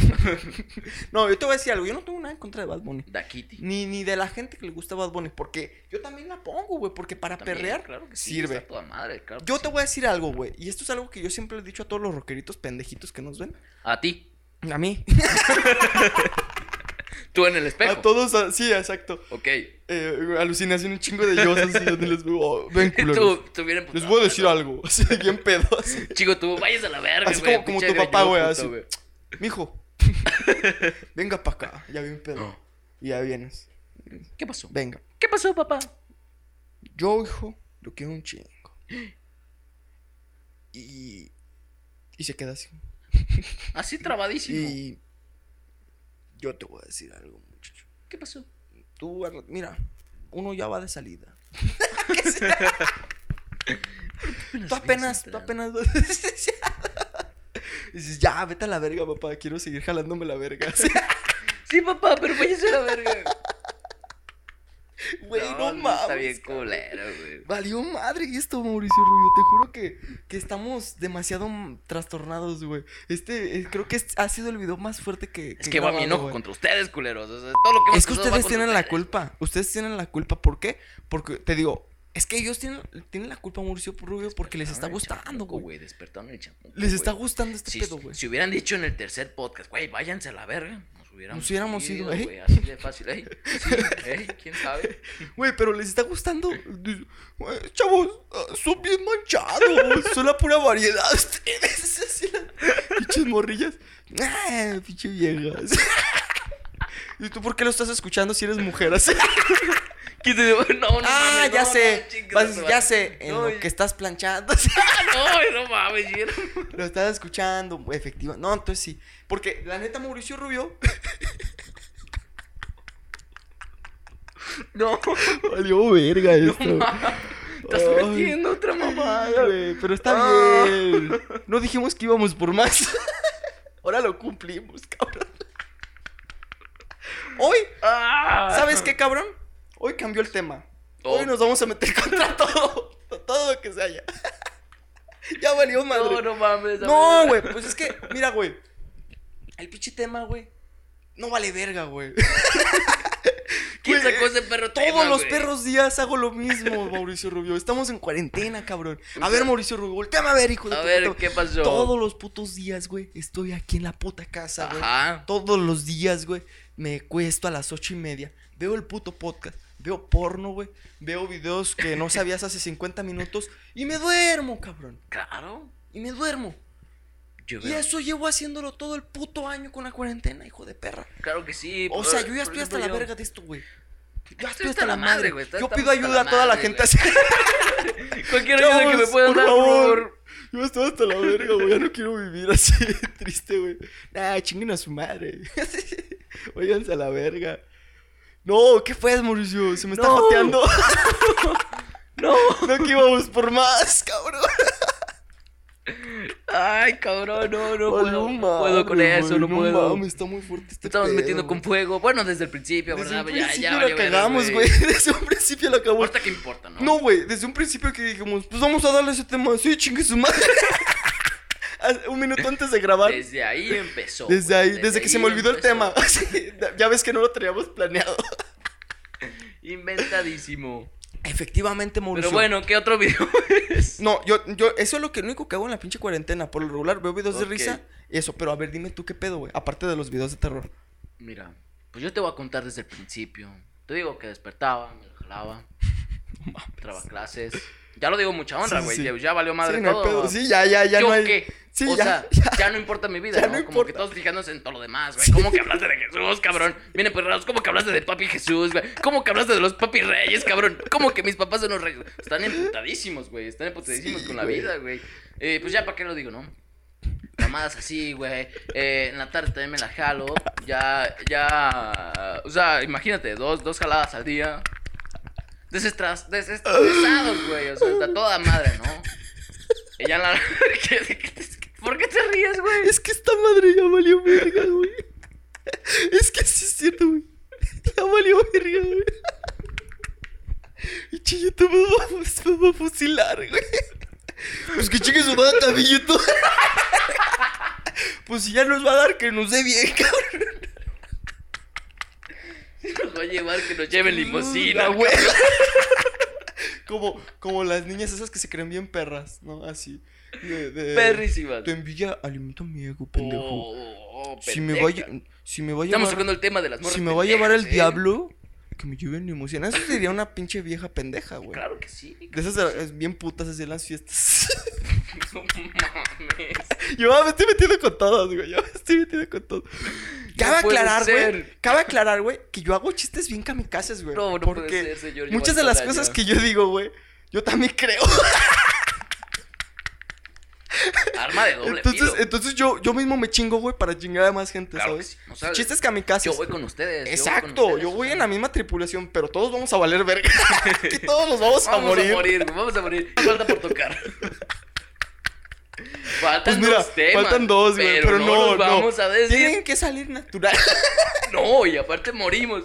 Speaker 2: no, yo te voy a decir algo. Yo no tengo nada en contra de Bad Bunny.
Speaker 1: Da Kitty.
Speaker 2: Ni, ni de la gente que le gusta Bad Bunny. Porque yo también la pongo, güey. Porque para
Speaker 1: También,
Speaker 2: perrear
Speaker 1: claro que sí,
Speaker 2: sirve.
Speaker 1: Está toda madre, claro.
Speaker 2: Yo te voy a decir algo, güey. Y esto es algo que yo siempre le he dicho a todos los rockeritos pendejitos que nos ven.
Speaker 1: A ti.
Speaker 2: (laughs) A mí.
Speaker 1: Tú en el espejo.
Speaker 2: A todos, a- sí, exacto. (laughs)
Speaker 1: Ok.
Speaker 2: Eh, alucinación, un chingo de yo así donde les veo. oh,
Speaker 1: (laughs)
Speaker 2: ven,
Speaker 1: Tú,
Speaker 2: culeros.
Speaker 1: tú bien
Speaker 2: Les
Speaker 1: emputado,
Speaker 2: voy a decir
Speaker 1: ¿no?
Speaker 2: algo. Así, (laughs) bien pedos.
Speaker 1: Chico, tú vayas a la verga,
Speaker 2: Así
Speaker 1: güey.
Speaker 2: como- como
Speaker 1: pinche
Speaker 2: tu papá,
Speaker 1: greñudo
Speaker 2: güey,
Speaker 1: puto,
Speaker 2: así.
Speaker 1: (laughs)
Speaker 2: Mijo, venga pa' acá. Ya bien pedo.
Speaker 1: No.
Speaker 2: Y ya vienes.
Speaker 1: ¿Qué pasó?
Speaker 2: Venga.
Speaker 1: ¿Qué pasó, papá?
Speaker 2: Yo, hijo, lo quiero un chingo. Y. Y se queda así.
Speaker 1: Así trabadísimo.
Speaker 2: Y. Yo te voy a decir algo, muchacho.
Speaker 1: ¿Qué pasó?
Speaker 2: Tú, arre- mira, uno ya va de salida. Tú apenas, tú apenas. (laughs) Dices, ya, vete a la verga, papá. Quiero seguir jalándome la verga. (laughs) Así,
Speaker 1: Sí, papá, pero vayas a la verga.
Speaker 2: Güey, no,
Speaker 1: Está
Speaker 2: mames.
Speaker 1: bien culero, güey.
Speaker 2: Valió madre esto, Mauricio Rubio. Te juro que, que estamos demasiado mm, trastornados, güey. Este, eh, creo que es- ha sido el video más fuerte que.
Speaker 1: Es
Speaker 2: he
Speaker 1: que va mi
Speaker 2: grabado,
Speaker 1: enojo
Speaker 2: güey.
Speaker 1: contra ustedes, culeros. O sea, todo lo que hemos
Speaker 2: Es que
Speaker 1: pasado va
Speaker 2: ustedes
Speaker 1: contra
Speaker 2: tienen la
Speaker 1: ustedes.
Speaker 2: culpa. Ustedes tienen la culpa. ¿Por qué? Porque te digo, es que ellos tienen, tienen la culpa, Mauricio Rubio, porque les está
Speaker 1: Despertaron el
Speaker 2: gustando,
Speaker 1: chamuco,
Speaker 2: güey.
Speaker 1: Despertaron el chamuco,
Speaker 2: Les
Speaker 1: güey.
Speaker 2: está gustando este
Speaker 1: si,
Speaker 2: pedo, güey.
Speaker 1: si hubieran dicho en el tercer podcast, güey, váyanse a la verga. Nos hubiéramos,
Speaker 2: Nos hubiéramos ido, ¿eh?
Speaker 1: güey, Así de fácil, ¿eh? Sí, ¿eh? ¿Quién
Speaker 2: (laughs)
Speaker 1: sabe?
Speaker 2: Güey, pero les está gustando. Eh, Dice, "Güey, Chavos, ah, son bien (laughs) manchados. Son la pura variedad ustedes. (laughs) así las Pinches morrillas. Ah, pinche viejas. (laughs) ¿Y tú por qué lo estás escuchando si eres mujer (laughs) así?
Speaker 1: ¿Quién te dijo? (laughs) No, no,
Speaker 2: ah,
Speaker 1: mames,
Speaker 2: ya
Speaker 1: no,
Speaker 2: sé.
Speaker 1: no, chingas,
Speaker 2: Vas-
Speaker 1: no,
Speaker 2: ya sé. En
Speaker 1: no,
Speaker 2: lo que estás planchando. (laughs) así.
Speaker 1: (laughs) Ah, no, no mames, yo era-
Speaker 2: Lo estás escuchando, güey, efectiva. No, entonces sí. Porque la neta, Mauricio Rubio.
Speaker 1: (laughs) (laughs)
Speaker 2: (laughs)
Speaker 1: No, (laughs)
Speaker 2: Valió verga (laughs) esto.
Speaker 1: estás
Speaker 2: Ay.
Speaker 1: metiendo otra mamada.
Speaker 2: Ay, güey, pero está
Speaker 1: Ah.
Speaker 2: bien. No dijimos que íbamos por más. (laughs) Ahora lo cumplimos, cabrón. Hoy,
Speaker 1: Ah.
Speaker 2: ¿sabes qué, cabrón? Hoy cambió el tema. Hoy
Speaker 1: Oh.
Speaker 2: nos vamos a meter contra (laughs) todo. Todo lo que se haya. (laughs) ya valió madre.
Speaker 1: No, no mames.
Speaker 2: No,
Speaker 1: amigo.
Speaker 2: güey, pues es que, mira, güey. El pinche tema, güey. No vale verga, güey.
Speaker 1: ¿Quién
Speaker 2: güey, eh,
Speaker 1: sacó ese perro
Speaker 2: Todos
Speaker 1: tema,
Speaker 2: los
Speaker 1: güey?
Speaker 2: perros días hago lo mismo, (laughs) Mauricio Rubio. Estamos en cuarentena, cabrón. A ver, Mauricio Rubio, volteame a ver, hijo de
Speaker 1: A
Speaker 2: tu
Speaker 1: ver,
Speaker 2: puta-
Speaker 1: ¿qué pasó?
Speaker 2: Todos los putos días, güey, estoy aquí en la puta casa, güey.
Speaker 1: Ajá.
Speaker 2: Todos los días, güey, me cuesto a las ocho y media. Veo el puto podcast, veo porno, güey. Veo videos
Speaker 1: (laughs)
Speaker 2: que no sabías hace 50 minutos. Y me duermo, cabrón.
Speaker 1: Claro.
Speaker 2: Y me duermo.
Speaker 1: Yo
Speaker 2: Y
Speaker 1: veo-
Speaker 2: eso llevo haciéndolo todo el puto año con la cuarentena, hijo de perra.
Speaker 1: Claro que sí.
Speaker 2: O
Speaker 1: por-
Speaker 2: sea, yo ya
Speaker 1: por
Speaker 2: estoy hasta
Speaker 1: ejemplo,
Speaker 2: la
Speaker 1: yo-
Speaker 2: verga de esto, güey.
Speaker 1: Estoy
Speaker 2: Ya estoy hasta la madre,
Speaker 1: güey.
Speaker 2: güey.
Speaker 1: Estoy
Speaker 2: Yo
Speaker 1: hasta-
Speaker 2: pido
Speaker 1: hasta
Speaker 2: ayuda a
Speaker 1: la
Speaker 2: toda la
Speaker 1: madre,
Speaker 2: gente
Speaker 1: güey. (laughs)
Speaker 2: así.
Speaker 1: Cualquier ayuda que me
Speaker 2: Chavos,
Speaker 1: puedan dar, por favor.
Speaker 2: Yo estoy hasta la verga, güey. Ya no quiero vivir así triste, güey. Ah, chinguen a su madre. (laughs) Óiganse a la verga. No, ¿qué fue, Mauricio? Se me está
Speaker 1: No.
Speaker 2: joteando.
Speaker 1: No.
Speaker 2: (laughs) no que íbamos por más, cabrón.
Speaker 1: Ay, cabrón, no, no
Speaker 2: Vale,
Speaker 1: puedo.
Speaker 2: un
Speaker 1: No puedo con
Speaker 2: madre,
Speaker 1: eso,
Speaker 2: güey.
Speaker 1: no puedo.
Speaker 2: mames, está muy fuerte este
Speaker 1: Estamos
Speaker 2: pedo,
Speaker 1: metiendo
Speaker 2: güey.
Speaker 1: con fuego. Bueno, desde el principio,
Speaker 2: Desde
Speaker 1: ¿verdad?
Speaker 2: un
Speaker 1: Pues ya,
Speaker 2: principio
Speaker 1: ya
Speaker 2: la
Speaker 1: valió verga,
Speaker 2: cagamos, güey. (laughs) Desde un principio la acabó.
Speaker 1: Ahorita qué importa, ¿no?
Speaker 2: No, güey, desde un principio que dijimos, pues vamos a darle ese tema. Sí, chingue su madre. (laughs) Hace- un minuto antes de grabar.
Speaker 1: Desde ahí empezó.
Speaker 2: Desde
Speaker 1: güey,
Speaker 2: ahí, desde, que se me
Speaker 1: ahí
Speaker 2: olvidó el
Speaker 1: empezó.
Speaker 2: tema. (laughs) Sí, ya ves que no lo teníamos planeado.
Speaker 1: Inventadísimo.
Speaker 2: Efectivamente, Mauricio.
Speaker 1: Pero bueno, ¿qué otro video (laughs) es?
Speaker 2: No, yo, yo, eso es lo que único que hago en la pinche cuarentena. Por lo regular, veo videos
Speaker 1: Ok.
Speaker 2: de risa y eso. Pero a ver, dime tú qué pedo, güey. Aparte de los videos de terror.
Speaker 1: Mira, pues yo te voy a contar desde el principio. Te digo que despertaba, me la jalaba,
Speaker 2: (laughs) No mames.
Speaker 1: entraba a clases. Ya lo digo mucha honra,
Speaker 2: Sí,
Speaker 1: güey.
Speaker 2: sí.
Speaker 1: Ya, ya valió madre
Speaker 2: sí, no hay
Speaker 1: todo.
Speaker 2: pedo. Sí, ya, ya, ya
Speaker 1: ¿Yo
Speaker 2: no hay.
Speaker 1: qué?
Speaker 2: Sí,
Speaker 1: o
Speaker 2: ya,
Speaker 1: sea,
Speaker 2: (laughs) ya.
Speaker 1: ya. no importa mi vida,
Speaker 2: Ya
Speaker 1: ¿no?
Speaker 2: no
Speaker 1: Como que
Speaker 2: importa.
Speaker 1: todos fijándose en todo lo demás, güey.
Speaker 2: Sí.
Speaker 1: ¿Cómo que hablaste de Jesús, cabrón? Viene perrados, ¿cómo que hablaste de papi Jesús, güey? ¿Cómo que hablaste de los papi reyes, cabrón? ¿Cómo que mis papás son los reyes? Están emputadísimos, güey. Están emputadísimos
Speaker 2: Sí,
Speaker 1: con la
Speaker 2: güey.
Speaker 1: vida, güey. Eh, pues ya, ¿para qué lo digo, no? Mamadas así, güey. Eh, en la tarde también me la jalo. Ya, ya. O sea, imagínate, dos, dos jaladas al día. Desestras, desestresados, güey. O sea, está toda madre, ¿no? Ella en la. (laughs) ¿Qué- qué te- ¿Por qué te ríes, güey?
Speaker 2: Es que esta madre ya valió verga, güey. Es que sí es cierto, güey. Ya valió verga, güey. Y Chillito me va, a- me va a pues, fusilar, güey. Pues que chingue su madre, cabellito. Pues si ya nos va a dar, que nos dé bien, cabrón.
Speaker 1: Nos va a llevar que nos lleven limosina,
Speaker 2: La
Speaker 1: güey.
Speaker 2: güey. Como, como las niñas esas que se creen bien perras, ¿no? Así. De, de-
Speaker 1: (laughs) Perrísimas.
Speaker 2: Tu envidia alimenta mi ego, pendejo.
Speaker 1: Oh, oh,
Speaker 2: si me
Speaker 1: pendeja.
Speaker 2: va a lle- si me va a
Speaker 1: Estamos
Speaker 2: llevar-
Speaker 1: tocando el tema de las morras.
Speaker 2: Si me va a llevar el
Speaker 1: pendejas, ¿eh?
Speaker 2: diablo, que me lleven limosina. Eso sería una pinche vieja pendeja, güey.
Speaker 1: Claro que sí. (laughs)
Speaker 2: De esas de- es bien putas así en las fiestas. (laughs)
Speaker 1: No mames.
Speaker 2: Yo ah, me estoy metiendo con todos, güey. Yo "Ah, me estoy metiendo con todos. Cabe
Speaker 1: No puede
Speaker 2: aclarar,
Speaker 1: ser.
Speaker 2: güey. Cabe aclarar, güey, que yo hago chistes bien kamikazes, güey.
Speaker 1: No, no puede
Speaker 2: porque
Speaker 1: ser, señor
Speaker 2: muchas
Speaker 1: Iván
Speaker 2: de las
Speaker 1: Salaya.
Speaker 2: cosas que yo digo, güey, yo también creo.
Speaker 1: Arma de doble
Speaker 2: Entonces,
Speaker 1: filo.
Speaker 2: entonces yo, yo mismo me chingo, güey, para chingar a más gente,
Speaker 1: Claro que
Speaker 2: ¿sabes?
Speaker 1: sí, o sea,
Speaker 2: chistes kamikazes.
Speaker 1: Yo voy con ustedes.
Speaker 2: Exacto, yo voy en la misma tripulación, pero todos vamos a
Speaker 1: (laughs)
Speaker 2: valer verga. que todos nos vamos,
Speaker 1: Vamos
Speaker 2: a morir.
Speaker 1: a morir, güey, vamos a morir. Falta por
Speaker 2: (laughs)
Speaker 1: tocar. Faltan
Speaker 2: Pues mira,
Speaker 1: dos temas.
Speaker 2: faltan dos, güey, pero, no,
Speaker 1: nos
Speaker 2: no.
Speaker 1: vamos a decir.
Speaker 2: Tienen que salir natural. (laughs)
Speaker 1: No, y aparte morimos.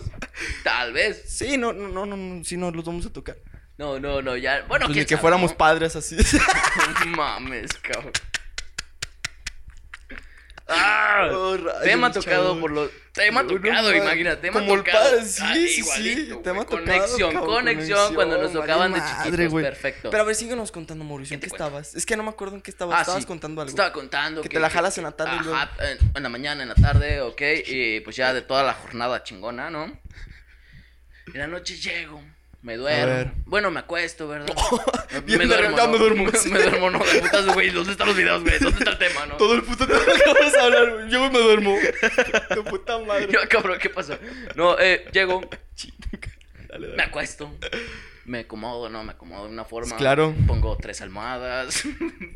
Speaker 1: Tal vez.
Speaker 2: sí, no, no, no, no, no, sí, no los vamos a tocar.
Speaker 1: No, no, no, ya. Bueno,
Speaker 2: Pues ni
Speaker 1: quién
Speaker 2: que
Speaker 1: sabe,
Speaker 2: fuéramos
Speaker 1: ¿no?
Speaker 2: padres así. (laughs)
Speaker 1: (laughs) No Mames, cabrón. Ah,
Speaker 2: Oh, rayos,
Speaker 1: tema tocado
Speaker 2: chavos.
Speaker 1: por los. Tema
Speaker 2: No, no
Speaker 1: tocado,
Speaker 2: mames.
Speaker 1: imagínate. Tema
Speaker 2: Como el
Speaker 1: tocado. Ah,
Speaker 2: padre, sí, sí, sí,
Speaker 1: güey.
Speaker 2: tema tocado,
Speaker 1: Conexión, conexión,
Speaker 2: cabrón, conexión,
Speaker 1: cuando nos tocaban de
Speaker 2: vale madre,
Speaker 1: chiquitos.
Speaker 2: güey.
Speaker 1: Perfecto.
Speaker 2: Pero a ver, síguenos contando, Mauricio.
Speaker 1: ¿Qué
Speaker 2: ¿En
Speaker 1: te
Speaker 2: qué
Speaker 1: cuento?
Speaker 2: estabas? Es que no me acuerdo en qué estabas.
Speaker 1: Ah,
Speaker 2: estabas
Speaker 1: sí.
Speaker 2: contando algo.
Speaker 1: Estaba contando
Speaker 2: Que te la jalas en la tarde y
Speaker 1: Ajá,
Speaker 2: luego-
Speaker 1: en, en la mañana, en la tarde, ok. Y pues ya de toda la jornada chingona, ¿no? En la noche llego, me
Speaker 2: ver.
Speaker 1: duermo. Bueno, me acuesto,
Speaker 2: (laughs)
Speaker 1: ¿verdad?
Speaker 2: Bien verga, me duermo, sí.
Speaker 1: (laughs) me duermo, no. De putas, güey. ¿Dónde están los videos, güey? ¿Dónde está el tema,
Speaker 2: (laughs)
Speaker 1: no?
Speaker 2: Todo el puto tema que vamos a hablar, güey. Yo
Speaker 1: (laughs)
Speaker 2: me duermo. De puta madre.
Speaker 1: Yo, cabrón, ¿qué pasó? No, eh, llego,
Speaker 2: Chinga. Dale,
Speaker 1: me
Speaker 2: dale.
Speaker 1: acuesto. Me acomodo, ¿no? Me acomodo de una forma.
Speaker 2: Claro.
Speaker 1: Pongo tres almohadas.
Speaker 2: Sí,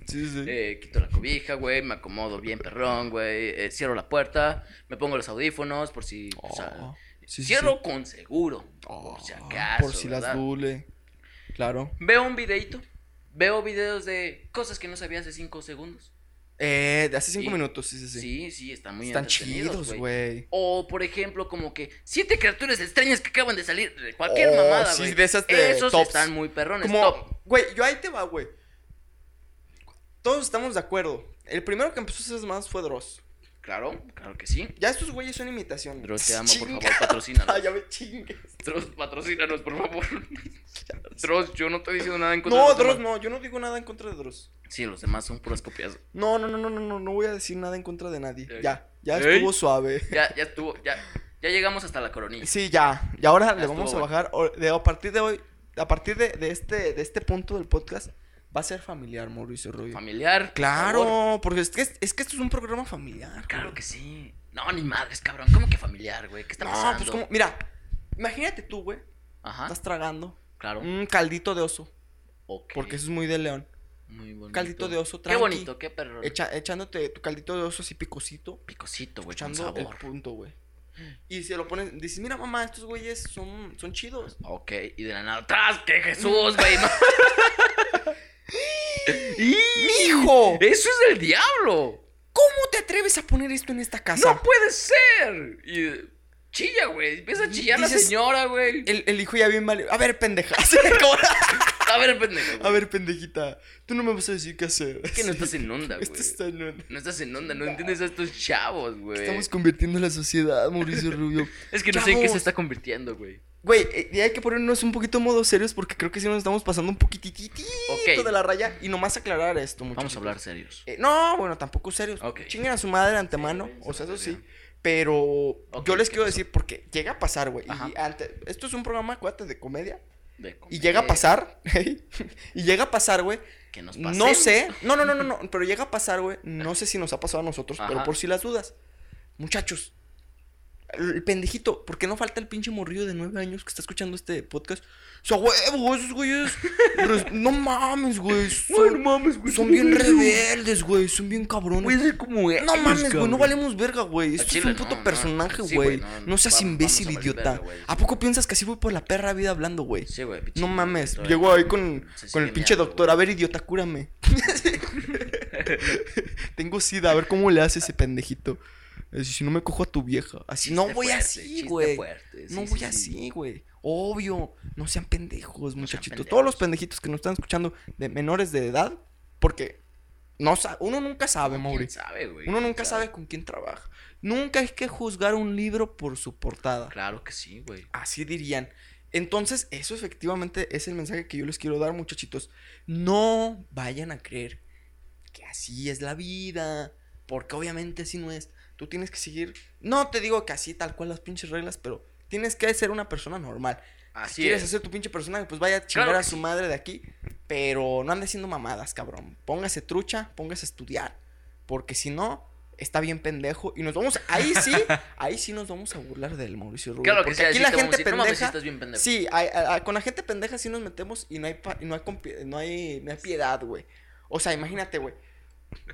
Speaker 2: sí.
Speaker 1: Eh, quito la cobija, güey, me acomodo bien perrón, güey, eh, cierro la puerta, me pongo los audífonos por si... o sea,
Speaker 2: Oh, sí, sí,
Speaker 1: cierro
Speaker 2: sí.
Speaker 1: con seguro,
Speaker 2: Oh,
Speaker 1: por si acaso.
Speaker 2: Por si las
Speaker 1: ¿verdad?
Speaker 2: dule. Claro.
Speaker 1: Veo un videito, veo videos de cosas que no sabía hace 5 segundos.
Speaker 2: Eh, de hace cinco
Speaker 1: Sí.
Speaker 2: minutos, sí, sí, sí.
Speaker 1: Sí, sí, están muy
Speaker 2: Están
Speaker 1: entretenidos,
Speaker 2: chidos, güey.
Speaker 1: O, por ejemplo, como que siete criaturas extrañas que acaban de salir. Cualquier
Speaker 2: Oh,
Speaker 1: mamada,
Speaker 2: sí,
Speaker 1: güey.
Speaker 2: de esas de
Speaker 1: Esos
Speaker 2: tops.
Speaker 1: están muy perrones. top.
Speaker 2: Como, güey, yo ahí te va, güey. Todos estamos de acuerdo. El primero que empezó esas más fue Dross.
Speaker 1: Claro, claro que sí.
Speaker 2: Ya estos güeyes son imitación.
Speaker 1: Dross, te amo, por
Speaker 2: Chinga.
Speaker 1: favor,
Speaker 2: (laughs)
Speaker 1: patrocínanos.
Speaker 2: Ah, ya me chingues.
Speaker 1: Dross, patrocínanos, por favor.
Speaker 2: (laughs)
Speaker 1: Dross, yo no estoy diciendo nada en contra
Speaker 2: No,
Speaker 1: de los
Speaker 2: Dross,
Speaker 1: demás.
Speaker 2: no. Yo no digo nada en contra de Dross.
Speaker 1: Sí, los demás son puras copias.
Speaker 2: No, no, no, no, no, no, no voy a decir nada en contra de nadie.
Speaker 1: Ey.
Speaker 2: Ya, ya
Speaker 1: Ey.
Speaker 2: estuvo suave.
Speaker 1: Ya, ya estuvo, ya, ya llegamos hasta la coronilla.
Speaker 2: Sí, ya. Y ahora le
Speaker 1: estuvo
Speaker 2: vamos a
Speaker 1: bueno.
Speaker 2: bajar. o- de- a partir de hoy, a partir de, de este, de este punto del podcast, va a ser familiar, Mauricio Rubio.
Speaker 1: Familiar. por favor.
Speaker 2: Claro, porque es que, es, es que esto es un programa familiar.
Speaker 1: Claro
Speaker 2: güey.
Speaker 1: que sí. No, ni madres, cabrón. ¿Cómo que familiar, güey? ¿Qué está
Speaker 2: No,
Speaker 1: pasando?
Speaker 2: pues como, mira, imagínate tú, güey,
Speaker 1: Ajá,
Speaker 2: estás tragando
Speaker 1: claro.
Speaker 2: un caldito de oso,
Speaker 1: Ok.
Speaker 2: porque eso es muy de león.
Speaker 1: Muy bonito.
Speaker 2: caldito de oso
Speaker 1: Qué
Speaker 2: tranqui.
Speaker 1: bonito, qué perro.
Speaker 2: Echa- echándote tu caldito de oso así picosito,
Speaker 1: Picosito, güey, Pues, con
Speaker 2: echando el
Speaker 1: sabor.
Speaker 2: punto, güey. Y se lo pones, dices, mira mamá, estos güeyes son, son chidos.
Speaker 1: Ok, y de la nada atrás, que Jesús, güey. no.
Speaker 2: (laughs) ¡Mijo!
Speaker 1: Eso es del diablo.
Speaker 2: ¿Cómo te atreves a poner esto en esta casa?
Speaker 1: No puede ser. Y chilla, güey. Empieza a chillar la
Speaker 2: Dices-
Speaker 1: señora,
Speaker 2: (laughs)
Speaker 1: güey.
Speaker 2: El, el hijo ya bien mal. A ver, pendeja. (laughs) Así, como-
Speaker 1: A ver, pendejo.
Speaker 2: a ver, pendejita. Tú no me vas a decir qué hacer.
Speaker 1: Es que no estás en onda, güey.
Speaker 2: Esto está en onda.
Speaker 1: No estás en onda, no entiendes a estos chavos, güey.
Speaker 2: Estamos convirtiendo la sociedad, Mauricio Rubio.
Speaker 1: Es que no sé en qué
Speaker 2: Chavos.
Speaker 1: se está convirtiendo, güey.
Speaker 2: Güey, eh, y hay que ponernos un poquito modo serios porque creo que sí nos estamos pasando un poquititito
Speaker 1: Ok.
Speaker 2: de la raya. Y nomás aclarar esto, muchachos.
Speaker 1: Vamos a hablar serios.
Speaker 2: Eh, no, bueno, tampoco serios.
Speaker 1: Ok.
Speaker 2: Chinguen a su madre antemano,
Speaker 1: güey,
Speaker 2: o sea,
Speaker 1: se
Speaker 2: eso
Speaker 1: los
Speaker 2: sí.
Speaker 1: debía.
Speaker 2: Pero
Speaker 1: Ok,
Speaker 2: yo les
Speaker 1: ¿qué
Speaker 2: quiero
Speaker 1: pasó?
Speaker 2: decir porque llega a pasar, güey.
Speaker 1: Ajá.
Speaker 2: Y ante- esto es un programa, acuérdate, de comedia.
Speaker 1: De
Speaker 2: Y llega a
Speaker 1: comer,
Speaker 2: pasar, (laughs) y llega a pasar, güey,
Speaker 1: Que nos
Speaker 2: No
Speaker 1: pasemos.
Speaker 2: sé. No, no, no, no, no. Pero llega a pasar, güey. No sé si nos ha pasado a nosotros, pero
Speaker 1: Ajá.
Speaker 2: por si las dudas. Muchachos. El pendejito, ¿por qué no falta el pinche morrillo de nueve años que está escuchando este podcast? O sea, huevo, esos güeyes. res- (laughs) no mames, güey.
Speaker 1: Ay, no
Speaker 2: Son,
Speaker 1: mames, güey.
Speaker 2: son bien
Speaker 1: rebeldes.
Speaker 2: rebeldes, güey. Son bien
Speaker 1: Güey,
Speaker 2: cabrones.
Speaker 1: soy como ellos,
Speaker 2: No mames, güey, no
Speaker 1: cabrón.
Speaker 2: valemos verga, güey. Esto es
Speaker 1: chile,
Speaker 2: un puto
Speaker 1: no, no.
Speaker 2: personaje,
Speaker 1: Sí, güey,
Speaker 2: güey.
Speaker 1: no, no,
Speaker 2: No seas
Speaker 1: vamos-
Speaker 2: imbécil,
Speaker 1: vamos a valer
Speaker 2: idiota.
Speaker 1: verga, güey.
Speaker 2: ¿A poco piensas que así voy por la perra vida hablando, güey?
Speaker 1: Sí, güey. pinche
Speaker 2: No mames,
Speaker 1: doctor.
Speaker 2: llegó ahí con,
Speaker 1: Se
Speaker 2: con el
Speaker 1: sigue
Speaker 2: pinche
Speaker 1: meando,
Speaker 2: doctor. A ver, idiota, cúrame. (laughs) Tengo sida, a ver cómo le hace ese pendejito. Eh, Si no me cojo a tu vieja. Así,
Speaker 1: Chiste
Speaker 2: no voy
Speaker 1: fuerte,
Speaker 2: así,
Speaker 1: chiste
Speaker 2: güey.
Speaker 1: fuerte, sí,
Speaker 2: no
Speaker 1: sí,
Speaker 2: voy
Speaker 1: sí.
Speaker 2: así, güey. Obvio. No sean pendejos, muchachitos.
Speaker 1: pendejos.
Speaker 2: Todos los pendejitos que nos están escuchando de menores de edad, porque no sa- uno nunca sabe, Mauri.
Speaker 1: ¿Quién sabe, güey?
Speaker 2: Uno
Speaker 1: ¿Quién
Speaker 2: nunca sabe con quién trabaja. Nunca hay que juzgar un libro por su portada.
Speaker 1: Claro que sí, güey.
Speaker 2: Así dirían. Entonces, eso efectivamente es el mensaje que yo les quiero dar, muchachitos. No vayan a creer que así es la vida, porque obviamente así no es. Tú tienes que seguir, no te digo que así tal cual las pinches reglas, pero tienes que ser una persona normal. Si
Speaker 1: Así
Speaker 2: quieres
Speaker 1: es.
Speaker 2: hacer tu pinche personaje, pues vaya a chingar
Speaker 1: Claro
Speaker 2: a
Speaker 1: que
Speaker 2: su madre de aquí, pero no andes siendo mamadas, cabrón. Póngase trucha, póngase a estudiar, porque si no está bien pendejo y nos vamos ahí
Speaker 1: (laughs)
Speaker 2: sí, ahí sí nos vamos a burlar del Mauricio Rubio,
Speaker 1: Claro que
Speaker 2: porque
Speaker 1: sí.
Speaker 2: aquí
Speaker 1: así
Speaker 2: la
Speaker 1: te vamos a
Speaker 2: gente
Speaker 1: decir, No mames, sí
Speaker 2: pendeja
Speaker 1: estás bien pendejo.
Speaker 2: Sí, hay- a- a- con la gente pendeja sí nos metemos y no hay, pa- y no hay, compi- no hay, no hay piedad, güey. O sea, imagínate, güey.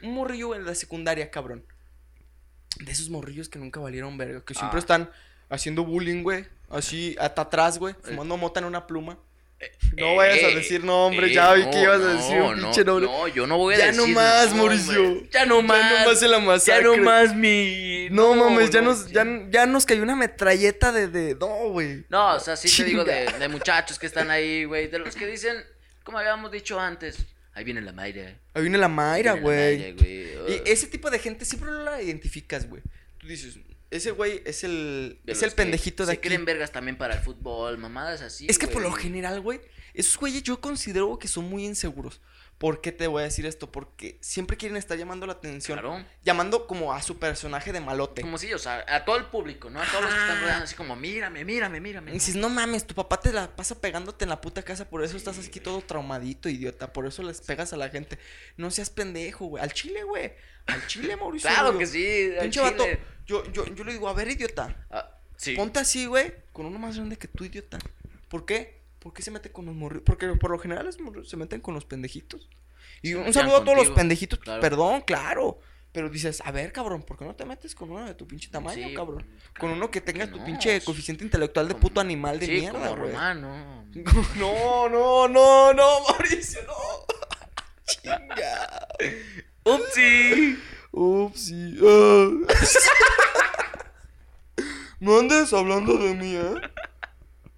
Speaker 2: Un morrillo en la secundaria, cabrón. De esos morrillos que nunca valieron verga, que siempre
Speaker 1: Ah.
Speaker 2: están haciendo bullying, güey. Así, hasta atrás, güey. Fumando mota en una pluma. No
Speaker 1: Eh,
Speaker 2: vayas a decir nombre,
Speaker 1: eh,
Speaker 2: ya vi
Speaker 1: no,
Speaker 2: que ibas a
Speaker 1: no,
Speaker 2: decir un
Speaker 1: no,
Speaker 2: pinche nombre.
Speaker 1: No, yo no voy a
Speaker 2: Ya
Speaker 1: decir.
Speaker 2: no más,
Speaker 1: nombres.
Speaker 2: Mauricio.
Speaker 1: Ya no más.
Speaker 2: Ya no más en la
Speaker 1: Ya
Speaker 2: masacre.
Speaker 1: no más mi.
Speaker 2: No, mames, ya, nos,
Speaker 1: sí.
Speaker 2: ya, ya nos cayó una metralleta de... de... No, güey.
Speaker 1: No, o sea, sí te digo de,
Speaker 2: Chinga.
Speaker 1: de muchachos que están ahí, güey. De los que dicen, como habíamos dicho antes, ahí viene la Mayra.
Speaker 2: Ahí viene la Mayra,
Speaker 1: Viene la
Speaker 2: güey.
Speaker 1: Mayra, güey.
Speaker 2: Y ese tipo de gente siempre la identificas, güey. Tú dices, ese güey es el,
Speaker 1: De
Speaker 2: es
Speaker 1: los
Speaker 2: el
Speaker 1: que
Speaker 2: pendejito de
Speaker 1: se
Speaker 2: aquí.
Speaker 1: creen vergas también para el fútbol, mamadas así.
Speaker 2: es que por
Speaker 1: güey.
Speaker 2: lo general, güey, esos güeyes yo considero que son muy inseguros. ¿Por qué te voy a decir esto? Porque siempre quieren estar llamando la atención.
Speaker 1: Claro.
Speaker 2: Llamando como a su personaje de malote.
Speaker 1: Como si, o sea, a todo el público, ¿no? A todos los que están
Speaker 2: Ajá.
Speaker 1: rodeando, así como, mírame, mírame, mírame.
Speaker 2: Y
Speaker 1: ¿no?
Speaker 2: dices, no mames, tu papá te la pasa pegándote en la puta casa, por eso estás aquí todo traumadito, idiota. Por eso les pegas a la gente. No seas pendejo, güey. Al chile, güey. Al chile, Mauricio.
Speaker 1: claro
Speaker 2: Rubio.
Speaker 1: que sí. al
Speaker 2: Pinche vato.
Speaker 1: chile.
Speaker 2: Yo, yo, yo le digo, a ver, idiota.
Speaker 1: Ah, sí.
Speaker 2: Ponte así, güey, con uno más grande que tú, idiota. ¿Por qué? ¿Por qué se mete con los morritos? Porque por lo general los morritos se meten con los pendejitos. Y
Speaker 1: Se
Speaker 2: un
Speaker 1: metían
Speaker 2: saludo a todos los
Speaker 1: contigo,
Speaker 2: pendejitos,
Speaker 1: claro.
Speaker 2: perdón, claro. Pero dices, a ver, cabrón, ¿por qué no te metes con uno de tu pinche tamaño,
Speaker 1: Sí, pues,
Speaker 2: cabrón? Con
Speaker 1: claro
Speaker 2: uno que
Speaker 1: que
Speaker 2: tenga tu
Speaker 1: no,
Speaker 2: pinche
Speaker 1: sí.
Speaker 2: coeficiente intelectual de
Speaker 1: Como-
Speaker 2: puto animal de
Speaker 1: sí,
Speaker 2: mierda,
Speaker 1: como
Speaker 2: (laughs) güey.
Speaker 1: romano.
Speaker 2: (laughs)
Speaker 1: (laughs)
Speaker 2: No, no, no, no, Mauricio, no. Chinga.
Speaker 1: ¡Upsi!
Speaker 2: Ups, sí. ah. (laughs) No andes hablando de mí, ¿eh?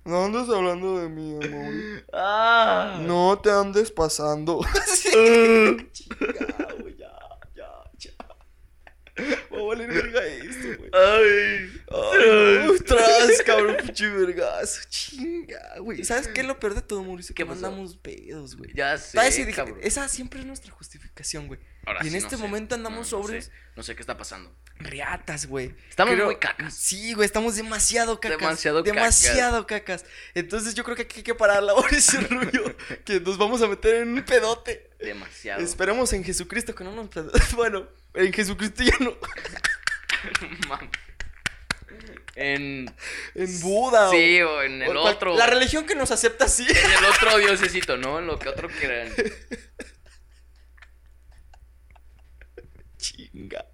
Speaker 2: No andes hablando de mí, amor.
Speaker 1: ¡Ah!
Speaker 2: No te andes (laughs) pasando.
Speaker 1: Ah.
Speaker 2: Chingado, güey, ya, ya, ya. Va a valer verga esto, güey.
Speaker 1: ¡Ay!
Speaker 2: Ay, güey, tras, cabrón, pinche vergazo. Chinga, güey. ¿Sabes qué es lo peor de todo, Mauricio? Que
Speaker 1: ¿Qué pasó?
Speaker 2: mandamos pedos, güey.
Speaker 1: Ya sé,
Speaker 2: Va a decir,
Speaker 1: cabrón.
Speaker 2: esa siempre es nuestra justificación, güey.
Speaker 1: Ahora
Speaker 2: y en
Speaker 1: sí, no
Speaker 2: este
Speaker 1: sé.
Speaker 2: momento andamos
Speaker 1: No, no
Speaker 2: sobres
Speaker 1: sé. No sé qué está pasando.
Speaker 2: riatas, güey.
Speaker 1: Estamos muy cacas.
Speaker 2: Sí, güey, estamos demasiado cacas.
Speaker 1: Demasiado cacas.
Speaker 2: Demasiado cacas. Entonces yo creo que aquí hay que parar la hora ese (laughs) rubio que nos vamos a meter en un pedote.
Speaker 1: Demasiado.
Speaker 2: Esperemos en Jesucristo que no nos... pedo- (laughs) Bueno, en Jesucristo ya no.
Speaker 1: Mam. (laughs) en.
Speaker 2: En Buda. o-
Speaker 1: Sí, o en
Speaker 2: o
Speaker 1: el
Speaker 2: cual-
Speaker 1: otro.
Speaker 2: La religión que nos acepta así.
Speaker 1: En el otro diosecito, ¿no? En lo que otro quieran.
Speaker 2: (laughs) Chinga.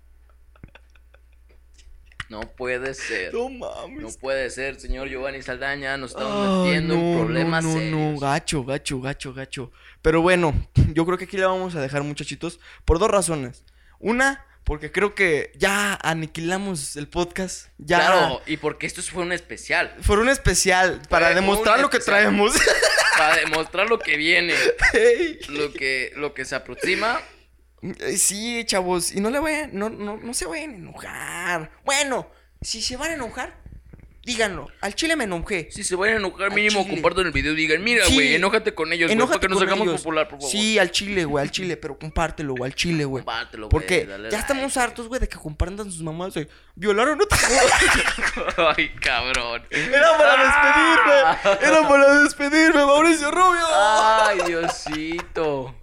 Speaker 1: No puede ser.
Speaker 2: No
Speaker 1: No
Speaker 2: mames.
Speaker 1: puede ser, señor Giovanni Saldaña. Nos estamos
Speaker 2: Ay,
Speaker 1: metiendo en
Speaker 2: no,
Speaker 1: problemas
Speaker 2: no, no, no,
Speaker 1: serios.
Speaker 2: gacho, gacho, gacho, gacho. Pero bueno, (laughs) yo creo que aquí la vamos a dejar, muchachitos, por dos razones. Una, porque creo que ya aniquilamos el podcast. Ya.
Speaker 1: Claro, y porque esto fue un especial.
Speaker 2: Fue un especial para
Speaker 1: Fue
Speaker 2: demostrar
Speaker 1: un
Speaker 2: lo que
Speaker 1: especial. (laughs)
Speaker 2: traemos.
Speaker 1: Para demostrar lo que viene.
Speaker 2: Ey.
Speaker 1: Lo que, lo que se aproxima.
Speaker 2: Eh, Sí, chavos, y no le vayan, no, no, no se vayan a enojar. Bueno, si se van a enojar, díganlo. Al chile me enojé.
Speaker 1: Si se van a enojar,
Speaker 2: Al
Speaker 1: mínimo
Speaker 2: chile.
Speaker 1: compartan el video y digan, mira,
Speaker 2: Sí.
Speaker 1: güey, enójate con ellos, güey,
Speaker 2: Enójate
Speaker 1: porque nos
Speaker 2: con
Speaker 1: hagamos
Speaker 2: ellos.
Speaker 1: popular, por favor.
Speaker 2: Sí, al chile, güey, al chile, pero compártelo, güey, al chile, güey.
Speaker 1: Compártelo, güey,
Speaker 2: Porque
Speaker 1: dale like.
Speaker 2: ya estamos hartos, güey, de que compartan sus mamás, güey. Violaron
Speaker 1: (laughs)
Speaker 2: otra. (laughs)
Speaker 1: (laughs) Ay, cabrón.
Speaker 2: Era para
Speaker 1: Ah.
Speaker 2: despedirme. Era para despedirme, Mauricio Rubio.
Speaker 1: Ay, Diosito.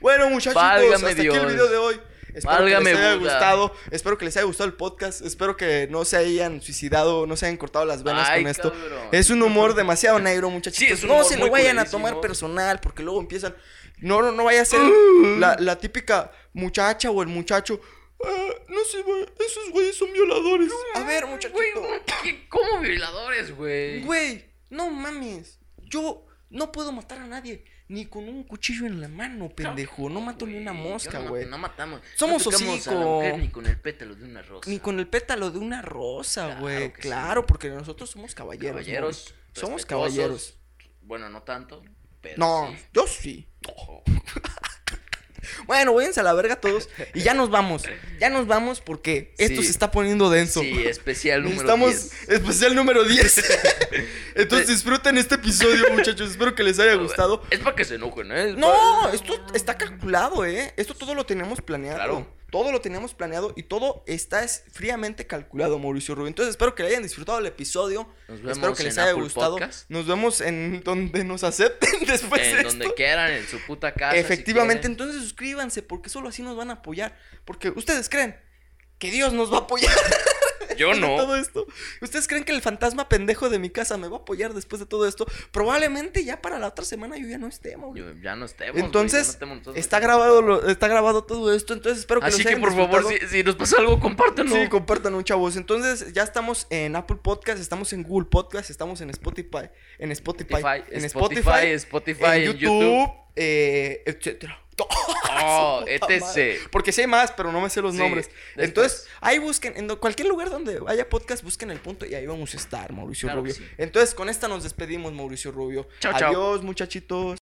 Speaker 2: Bueno, muchachos,
Speaker 1: Válgame
Speaker 2: hasta aquí el
Speaker 1: Dios.
Speaker 2: video de hoy. Espero
Speaker 1: Válgame
Speaker 2: que les haya
Speaker 1: Buda.
Speaker 2: gustado. Espero que les haya gustado el podcast. Espero que no se hayan suicidado, no se hayan cortado las venas
Speaker 1: Ay,
Speaker 2: con esto.
Speaker 1: cabrón.
Speaker 2: Es un humor demasiado negro, muchachos.
Speaker 1: Sí, es un
Speaker 2: no
Speaker 1: humor
Speaker 2: se lo
Speaker 1: muy
Speaker 2: vayan a
Speaker 1: culerísimo.
Speaker 2: tomar personal, porque luego empiezan. No, no, no vaya a ser
Speaker 1: (laughs)
Speaker 2: la, la típica muchacha o el muchacho. "Ah, no sé, güey, esos güeyes son violadores. a ver, muchachito.
Speaker 1: Güey, ¿qué- ¿cómo violadores, güey?
Speaker 2: Güey, no mames. Yo no puedo matar a nadie. Ni con un cuchillo en la mano, pendejo. No mato ni una
Speaker 1: Güey, yo
Speaker 2: mosca,
Speaker 1: no ma-
Speaker 2: güey.
Speaker 1: No, matamos. no
Speaker 2: Somos
Speaker 1: tocamos a la
Speaker 2: hocico.
Speaker 1: mujer Ni con el pétalo de una rosa.
Speaker 2: Ni con el pétalo de una rosa,
Speaker 1: Claro
Speaker 2: güey. Claro,
Speaker 1: que sí.
Speaker 2: porque nosotros somos caballeros.
Speaker 1: caballeros.
Speaker 2: güey. Somos
Speaker 1: respetuosos.
Speaker 2: caballeros.
Speaker 1: Bueno, no tanto. Pero
Speaker 2: No,
Speaker 1: sí.
Speaker 2: yo sí. Bueno, váyanse a la verga todos. Y ya nos vamos. Ya nos vamos porque esto
Speaker 1: Sí.
Speaker 2: se está poniendo denso.
Speaker 1: Sí, especial número
Speaker 2: Estamos
Speaker 1: 10.
Speaker 2: especial número 10.
Speaker 1: (laughs)
Speaker 2: Entonces disfruten este episodio, muchachos. Espero que les haya gustado.
Speaker 1: Es para que se enojen, ¿eh? Es
Speaker 2: No,
Speaker 1: pa-
Speaker 2: esto está calculado, ¿eh? Esto todo lo teníamos planeado.
Speaker 1: Claro.
Speaker 2: Todo lo teníamos planeado y todo está es- fríamente calculado, Mauricio Rubio. Entonces espero que le hayan disfrutado el episodio.
Speaker 1: Nos vemos
Speaker 2: espero que les
Speaker 1: en
Speaker 2: haya
Speaker 1: Apple
Speaker 2: gustado.
Speaker 1: Podcast.
Speaker 2: Nos vemos en donde nos acepten (laughs) después
Speaker 1: en
Speaker 2: de
Speaker 1: donde
Speaker 2: pues, esto.
Speaker 1: quieran, en su puta casa. si
Speaker 2: Efectivamente,
Speaker 1: quieren.
Speaker 2: entonces suscríbanse porque solo así nos van a apoyar. Porque ustedes creen que Dios nos va a apoyar
Speaker 1: Yo
Speaker 2: después de
Speaker 1: no.
Speaker 2: todo esto. ¿Ustedes creen que el fantasma pendejo de mi casa me va a apoyar después de todo esto? Probablemente ya para la otra semana yo ya no esté, Mauricio.
Speaker 1: Yo- ya no estemos. güey, ya no
Speaker 2: Entonces,
Speaker 1: estemos nosotros
Speaker 2: está
Speaker 1: aquí.
Speaker 2: grabado lo- está grabado todo esto, entonces espero que
Speaker 1: Así
Speaker 2: los
Speaker 1: que
Speaker 2: hayan
Speaker 1: por favor, si,
Speaker 2: disfrutado.
Speaker 1: si nos pasa algo, compártanlo.
Speaker 2: Sí, compártanlo, chavos. Entonces, ya estamos en Apple Podcast, estamos en Google Podcast, estamos en Spotify, en Spotify,
Speaker 1: Spotify,
Speaker 2: en
Speaker 1: Spotify,
Speaker 2: Spotify,
Speaker 1: Spotify,
Speaker 2: en
Speaker 1: en
Speaker 2: YouTube, (laughs)
Speaker 1: YouTube.
Speaker 2: eh, etcétera. (laughs)
Speaker 1: Oh,
Speaker 2: Puta madre.
Speaker 1: etc.
Speaker 2: Porque sé más, pero no me sé los
Speaker 1: Sí,
Speaker 2: nombres.
Speaker 1: después.
Speaker 2: Entonces, ahí busquen, en do- cualquier lugar donde haya podcast, busquen el punto y ahí vamos a estar, Mauricio
Speaker 1: Claro que
Speaker 2: Rubio.
Speaker 1: sí.
Speaker 2: Entonces, con esta nos despedimos, Mauricio Rubio.
Speaker 1: Chao, chao.
Speaker 2: Adiós, muchachitos.